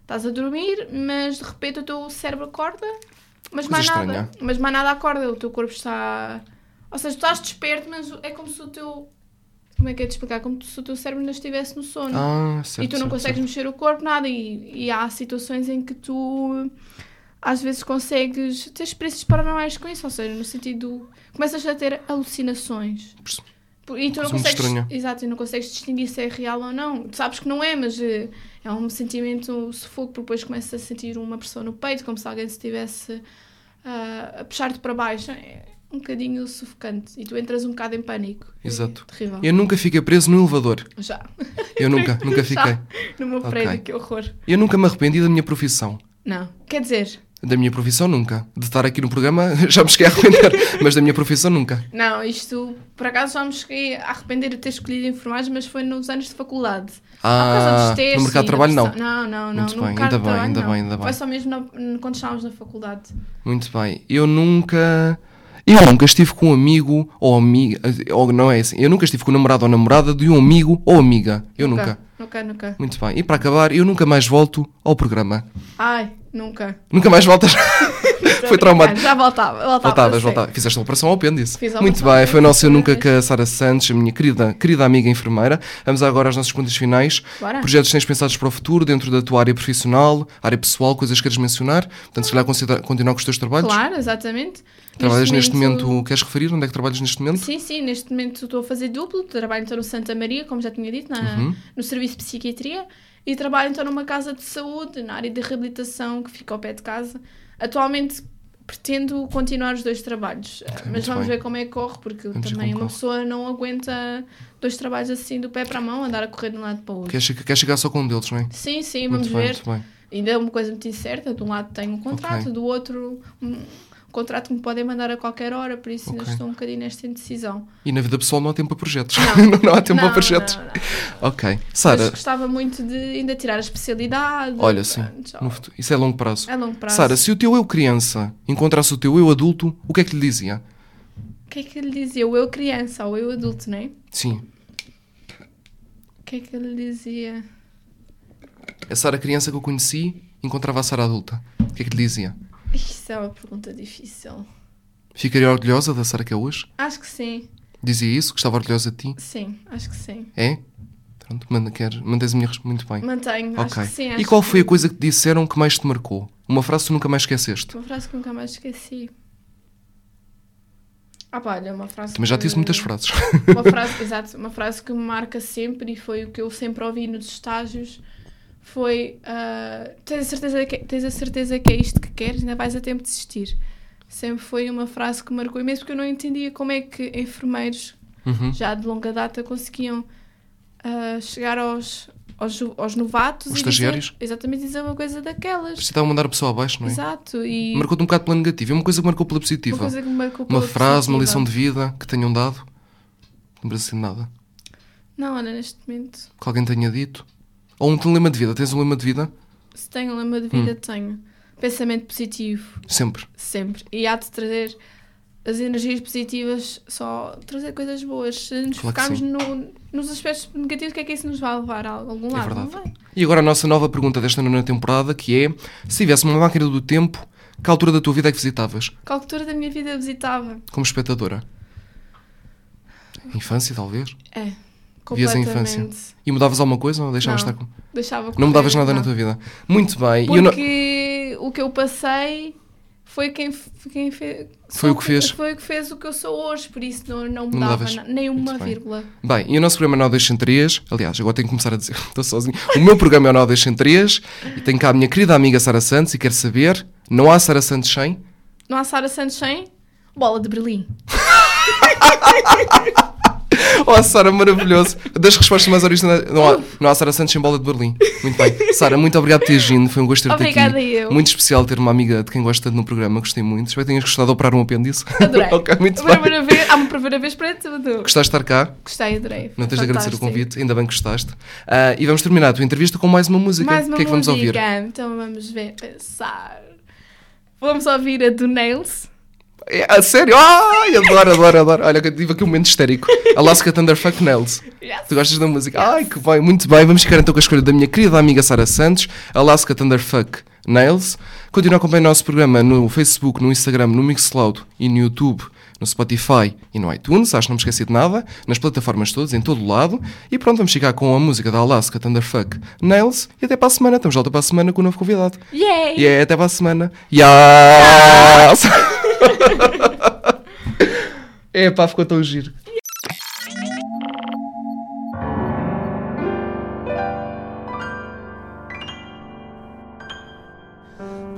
[SPEAKER 4] estás a dormir, mas de repente o teu cérebro acorda, mas
[SPEAKER 3] Coisa
[SPEAKER 4] mais
[SPEAKER 3] estranha.
[SPEAKER 4] nada. Mas mais nada acorda, o teu corpo está. Ou seja, tu estás desperto, mas é como se o teu. Como é que é de explicar? Como se o teu cérebro ainda estivesse no sono.
[SPEAKER 3] Ah, certo.
[SPEAKER 4] Hum. e tu não
[SPEAKER 3] certo,
[SPEAKER 4] consegues
[SPEAKER 3] certo.
[SPEAKER 4] mexer o corpo, nada. E, e há situações em que tu às vezes consegues ter experiências paranoias com isso, ou seja, no sentido. começas a ter alucinações.
[SPEAKER 3] Perce-
[SPEAKER 4] Por- E tu
[SPEAKER 3] Coisa
[SPEAKER 4] não
[SPEAKER 3] muito
[SPEAKER 4] consegues.
[SPEAKER 3] estranha.
[SPEAKER 4] Exato, e não consegues distinguir se é real ou não. Tu sabes que não é, mas eh, é um sentimento um sufoco, porque depois começas a sentir uma pressão no peito, como se alguém se estivesse ah, a puxar-te para baixo. É um bocadinho sufocante. E tu entras um bocado em pânico.
[SPEAKER 3] Exato.
[SPEAKER 4] É terrível.
[SPEAKER 3] Eu nunca fiquei preso no elevador.
[SPEAKER 4] Já.
[SPEAKER 3] Eu nunca, nunca
[SPEAKER 4] Já.
[SPEAKER 3] fiquei.
[SPEAKER 4] No meu
[SPEAKER 3] Ok.
[SPEAKER 4] prédio, que horror.
[SPEAKER 3] Eu nunca me arrependi da minha profissão.
[SPEAKER 4] Não. Quer dizer,
[SPEAKER 3] Da minha profissão, nunca. De estar aqui no programa, já me cheguei a arrepender, mas da minha profissão, nunca.
[SPEAKER 4] Não, isto por acaso já me cheguei a arrepender de ter escolhido informática, mas foi nos anos de faculdade. Por causa
[SPEAKER 3] Ah,
[SPEAKER 4] dos testes
[SPEAKER 3] no mercado de
[SPEAKER 4] e da
[SPEAKER 3] trabalho, não.
[SPEAKER 4] pressão- Não, não, não.
[SPEAKER 3] Muito
[SPEAKER 4] no
[SPEAKER 3] bem,
[SPEAKER 4] mercado
[SPEAKER 3] ainda
[SPEAKER 4] de
[SPEAKER 3] bem,
[SPEAKER 4] trabalho,
[SPEAKER 3] ainda
[SPEAKER 4] não.
[SPEAKER 3] bem, ainda bem.
[SPEAKER 4] Foi só mesmo na- quando estávamos na faculdade.
[SPEAKER 3] Muito bem. Eu nunca. Eu nunca estive com um amigo ou amiga. Ou não é assim. Eu nunca estive com o namorado ou namorada de um amigo ou amiga. Eu nunca.
[SPEAKER 4] Nunca, nunca.
[SPEAKER 3] Muito bem. E para acabar, eu nunca mais volto ao programa.
[SPEAKER 4] Ai, nunca. Ah,
[SPEAKER 3] Nunca mais voltas. Foi traumático.
[SPEAKER 4] Já voltava, voltava. eu sei.
[SPEAKER 3] Voltavas, voltavas. Fizeste a operação ao apêndice.
[SPEAKER 4] Fiz a
[SPEAKER 3] Muito
[SPEAKER 4] operação
[SPEAKER 3] bem, foi o nosso Eu Nunca
[SPEAKER 4] apêndice.
[SPEAKER 3] com a Sara Santos, a minha querida, querida amiga enfermeira. Vamos agora às nossas contas finais.
[SPEAKER 4] Bora.
[SPEAKER 3] Projetos que tens pensados para o futuro, dentro da tua área profissional, área pessoal, coisas que queres mencionar. Portanto, se calhar considera- continuar com os teus trabalhos.
[SPEAKER 4] Claro, exatamente.
[SPEAKER 3] Trabalhas neste momento, queres referir onde é que trabalhas neste momento?
[SPEAKER 4] Sim, sim, neste momento estou a fazer duplo. Trabalho então no Santa Maria, como já tinha dito, na-
[SPEAKER 3] Uhum.
[SPEAKER 4] no serviço de psiquiatria. E trabalho então numa casa de saúde, na área de reabilitação, que fica ao pé de casa. Atualmente pretendo continuar os dois trabalhos, mas
[SPEAKER 3] muito
[SPEAKER 4] vamos
[SPEAKER 3] bem.
[SPEAKER 4] ver como é que corre, porque
[SPEAKER 3] ver
[SPEAKER 4] também
[SPEAKER 3] como
[SPEAKER 4] uma
[SPEAKER 3] corre.
[SPEAKER 4] pessoa não aguenta dois trabalhos assim do pé para a mão, andar a correr de um lado para o outro.
[SPEAKER 3] Queres, che- queres chegar só com um deles, não é?
[SPEAKER 4] Sim, sim,
[SPEAKER 3] Muito
[SPEAKER 4] vamos
[SPEAKER 3] bem,
[SPEAKER 4] ver.
[SPEAKER 3] muito bem.
[SPEAKER 4] Ainda é uma coisa muito incerta. De um lado tenho um contrato,
[SPEAKER 3] Ok.
[SPEAKER 4] do outro um um contrato que me podem mandar a qualquer hora, por isso ainda
[SPEAKER 3] Ok.
[SPEAKER 4] estou um bocadinho nesta indecisão.
[SPEAKER 3] E na vida pessoal não há tempo para projetos. Não, há tempo para projetos.
[SPEAKER 4] não, não.
[SPEAKER 3] Ok.
[SPEAKER 4] Mas
[SPEAKER 3] Sara,
[SPEAKER 4] gostava muito de ainda tirar a especialidade.
[SPEAKER 3] olha, sim.
[SPEAKER 4] Pronto,
[SPEAKER 3] no futuro- Isso é longo prazo.
[SPEAKER 4] A então. longo prazo.
[SPEAKER 3] Sara, se o teu eu criança encontrasse o teu eu adulto, o que é que lhe dizia?
[SPEAKER 4] O que é que lhe dizia? O eu criança ou eu adulto, não é?
[SPEAKER 3] Sim.
[SPEAKER 4] O que é que lhe dizia?
[SPEAKER 3] A Sara criança que eu conheci encontrava a Sara adulta. O que é que lhe dizia?
[SPEAKER 4] Isso é uma pergunta difícil.
[SPEAKER 3] Ficaria orgulhosa da Sara que é hoje?
[SPEAKER 4] Acho que sim.
[SPEAKER 3] Dizia isso? Que estava orgulhosa de ti?
[SPEAKER 4] Sim, acho que sim.
[SPEAKER 3] É? Pronto, manda, quer, mantens a minha resposta. Muito bem.
[SPEAKER 4] Mantenho, acho
[SPEAKER 3] Ok.
[SPEAKER 4] que sim.
[SPEAKER 3] E
[SPEAKER 4] acho
[SPEAKER 3] qual
[SPEAKER 4] que
[SPEAKER 3] foi a
[SPEAKER 4] sim.
[SPEAKER 3] coisa que te disseram que mais te marcou? Uma frase que tu nunca mais esqueceste?
[SPEAKER 4] Uma frase que nunca mais esqueci. Ah pá, olha, uma frase
[SPEAKER 3] Também já te
[SPEAKER 4] que-
[SPEAKER 3] disse muitas frases.
[SPEAKER 4] Uma frase, exato, uma frase que me marca sempre e foi o que eu sempre ouvi nos estágios foi ah, tens, a certeza que, tens a certeza que é isto que queres, ainda vais a tempo de desistir. Sempre foi uma frase que marcou imenso porque eu não entendia como é que enfermeiros
[SPEAKER 3] Uhum.
[SPEAKER 4] já de longa data conseguiam ah, chegar aos, aos, ju- aos novatos
[SPEAKER 3] Os
[SPEAKER 4] e dizer,
[SPEAKER 3] estagiários?
[SPEAKER 4] exatamente dizer uma coisa daquelas.
[SPEAKER 3] Precisava mandar a pessoa abaixo, não é?
[SPEAKER 4] Exato. E
[SPEAKER 3] Marcou-te um bocado pela negativa. É uma coisa que marcou pela
[SPEAKER 4] uma
[SPEAKER 3] positiva.
[SPEAKER 4] coisa que me marcou
[SPEAKER 3] Uma
[SPEAKER 4] pela
[SPEAKER 3] frase, uma
[SPEAKER 4] positiva.
[SPEAKER 3] lição de vida que tenham dado. Não precisa ser nada.
[SPEAKER 4] Não, olha, neste momento
[SPEAKER 3] que alguém tenha dito. Ou um lema de vida. Tens um lema de vida?
[SPEAKER 4] Se tenho um lema de
[SPEAKER 3] Hum.
[SPEAKER 4] vida, tenho. Pensamento positivo,
[SPEAKER 3] Sempre.
[SPEAKER 4] sempre. E há de trazer as energias positivas, só trazer coisas boas. Se nos
[SPEAKER 3] Claro que
[SPEAKER 4] focarmos
[SPEAKER 3] sim.
[SPEAKER 4] no- nos aspectos negativos, o que é que isso nos vai levar a algum lado?
[SPEAKER 3] É verdade.
[SPEAKER 4] Não vai.
[SPEAKER 3] E agora a nossa nova pergunta desta nona temporada, que é... Se tivesse uma máquina do tempo, que altura da tua vida é que visitavas?
[SPEAKER 4] Qual altura da minha vida eu visitava?
[SPEAKER 3] Como espectadora? Infância, talvez?
[SPEAKER 4] É,
[SPEAKER 3] Vias a
[SPEAKER 4] completamente.
[SPEAKER 3] infância. E mudavas alguma coisa ou deixavas
[SPEAKER 4] Não.
[SPEAKER 3] estar com...
[SPEAKER 4] Deixava correr,
[SPEAKER 3] Não mudavas nada na tua vida. Muito bem. E eu não-
[SPEAKER 4] Porque o que eu passei foi quem, f- quem fez.
[SPEAKER 3] Foi o que fez.
[SPEAKER 4] Foi o que fez o que eu sou hoje, por isso não, não mudava
[SPEAKER 3] mudavas.
[SPEAKER 4] na- nem uma
[SPEAKER 3] Muito bem.
[SPEAKER 4] vírgula.
[SPEAKER 3] Bem, e o nosso programa é o 903. Aliás, agora tenho que começar a dizer, estou sozinho. O meu programa é o 903 e tenho cá a minha querida amiga Sara Santos e quero saber, não há Sara Santos sem?
[SPEAKER 4] Não há Sara Santos sem bola de Berlim.
[SPEAKER 3] Oh, Sara, maravilhoso. Das respostas mais originais. Não há, não há Sara Santos em bola de Berlim. Muito bem. Sara, muito obrigado por teres vindo. Foi um gosto ter-te aqui.
[SPEAKER 4] Obrigada eu.
[SPEAKER 3] Muito especial ter uma amiga de quem gosta no programa. Gostei muito. Espero que tenhas gostado de operar um apêndice.
[SPEAKER 4] Adorei.
[SPEAKER 3] ok, muito
[SPEAKER 4] a
[SPEAKER 3] bem.
[SPEAKER 4] primeira vez, há uma primeira vez para tudo.
[SPEAKER 3] Gostaste de estar cá?
[SPEAKER 4] Gostei, adorei. Foi
[SPEAKER 3] Não tens de agradecer o
[SPEAKER 4] fantástico.
[SPEAKER 3] convite. Ainda bem que gostaste. Ah, e vamos terminar a tua entrevista com mais uma música.
[SPEAKER 4] Mais uma
[SPEAKER 3] o que é que vamos
[SPEAKER 4] música.
[SPEAKER 3] ouvir?
[SPEAKER 4] Então vamos ver, pensar. Vamos ouvir a do Nails.
[SPEAKER 3] É, a sério? Ai, adoro, adoro, adoro. Olha, eu tive aqui um momento histérico. Alaska Thunderfuck Nails.
[SPEAKER 4] Yes.
[SPEAKER 3] Tu gostas da música? Ai, que bem, muito bem. Vamos ficar então com a escolha da minha querida amiga Sara Santos, Alaska Thunderfuck Nails. Continua a acompanhar o nosso programa no Facebook, no Instagram, no Mixcloud e no YouTube, no Spotify e no iTunes. Acho que não me esqueci de nada. Nas plataformas todas, em todo o lado. E pronto, vamos ficar com a música da Alaska Thunderfuck Nails. E até para a semana. Estamos de volta para a semana com um novo convidado.
[SPEAKER 4] Yay!
[SPEAKER 3] E é até para a semana. Yes! é pá, ficou tão giro.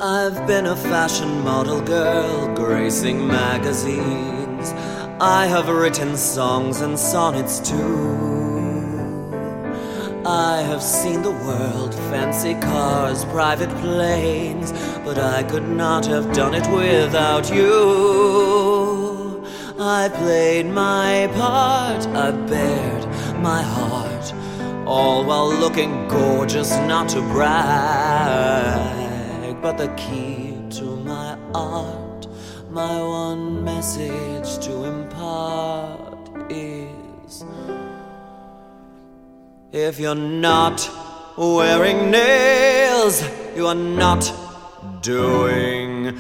[SPEAKER 6] I've been a fashion model girl, gracing magazines. I have written songs and sonnets too. I have seen the world, fancy cars, private planes, but I could not have done it without you. I played my part, I bared my heart, all while looking gorgeous, not to brag. But the key to my art, my one message to impart is. If you're not wearing nails, you are not doing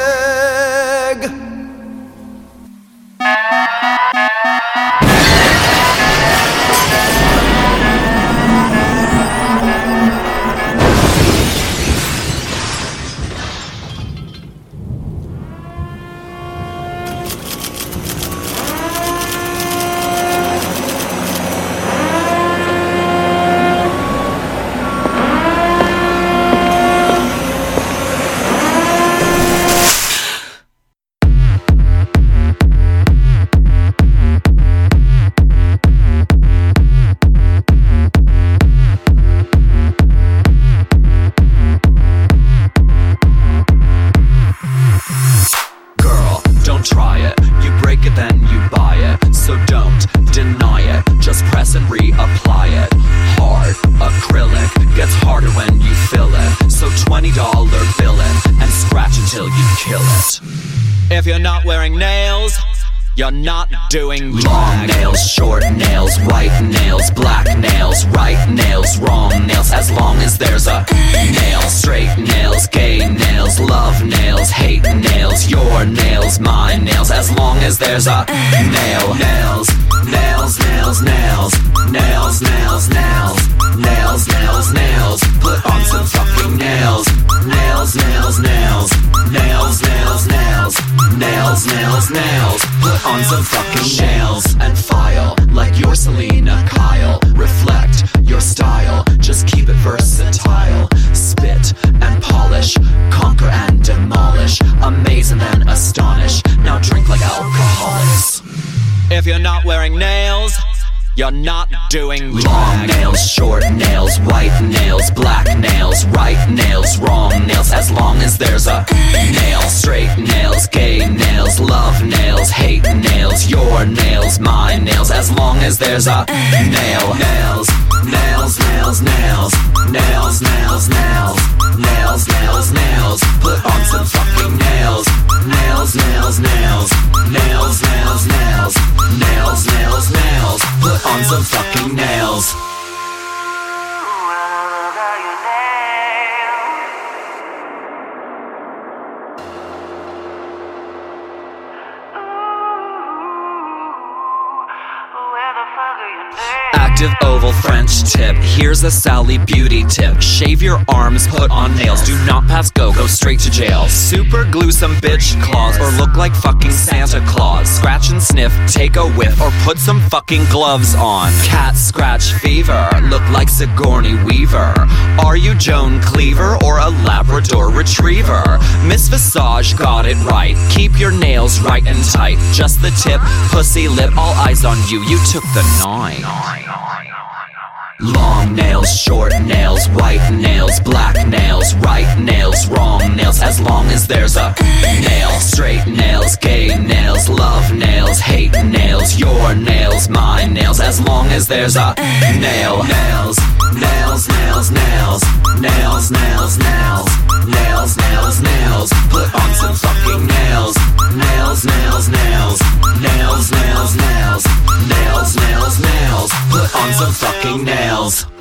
[SPEAKER 6] drag.
[SPEAKER 7] Girl, don't try it. You break it, then you buy it. So don't deny it. Just press and reapply it. Hard acrylic gets harder when you fill it. So $20 bill it and scratch until you kill it.
[SPEAKER 6] If you're not wearing nails, you're not doing
[SPEAKER 7] Long
[SPEAKER 6] drag.
[SPEAKER 7] nails, short nails, white nails, black nails, right nails, wrong nails, as long as there's a nail. Straight nails, gay nails, love nails, hate nails, your nails, my nails, as long as there's a nail. Nails, nails, nails, nails, nails, nails, nails, nails, nails, nails. Put on some fucking nails. Nails, nails, nails, nails, nails, nails, nails, nails, nails. Put on some fucking nails and file like your Selena Kyle. Reflect your style, just keep it versatile. Spit and polish, conquer and demolish, amaze and then astonish. Now drink like alcoholics.
[SPEAKER 6] If you're not wearing nails, you're not doing
[SPEAKER 7] Long
[SPEAKER 6] drag.
[SPEAKER 7] nails, short nails, white nails, black nails, right nails, wrong nails, as long as there's a nail. Straight nails, gay nails, love nails, hate nails, your nails, my nails, as long as there's a nail. Nails, nails, nails, nails, nails, nails, nails, nails, nails, nails. Put on some fucking nails. Nails, nails, nails, nails, nails, nails, nails, nails, nails. Put on some fucking nails. Active oval French tip. Here's a Sally beauty tip. Shave your arms, put on nails. Do not pass go, go straight to jail. Super glue some bitch claws or look like fucking Santa Claus. Scratch and sniff, take a whiff, or put some fucking gloves on. Cat scratch fever, look like Sigourney Weaver. Are you Joan Cleaver or a Labrador Retriever? Miss Visage got it right. Keep your nails right and tight. Just the tip, pussy lip, all eyes on you. You took the nine. Long nails, short nails, white nails, black nails, right nails, wrong nails, as long as there's a nail. Straight nails, gay nails, love nails, hate nails, your nails, my nails, as long as there's a nail. Nails, nails, nails, nails, nails, nails, nails, nails, nails, nails. Put on some fucking nails. Nails, nails, nails, nails, nails, nails, nails, nails, nails. Put on some fucking nails.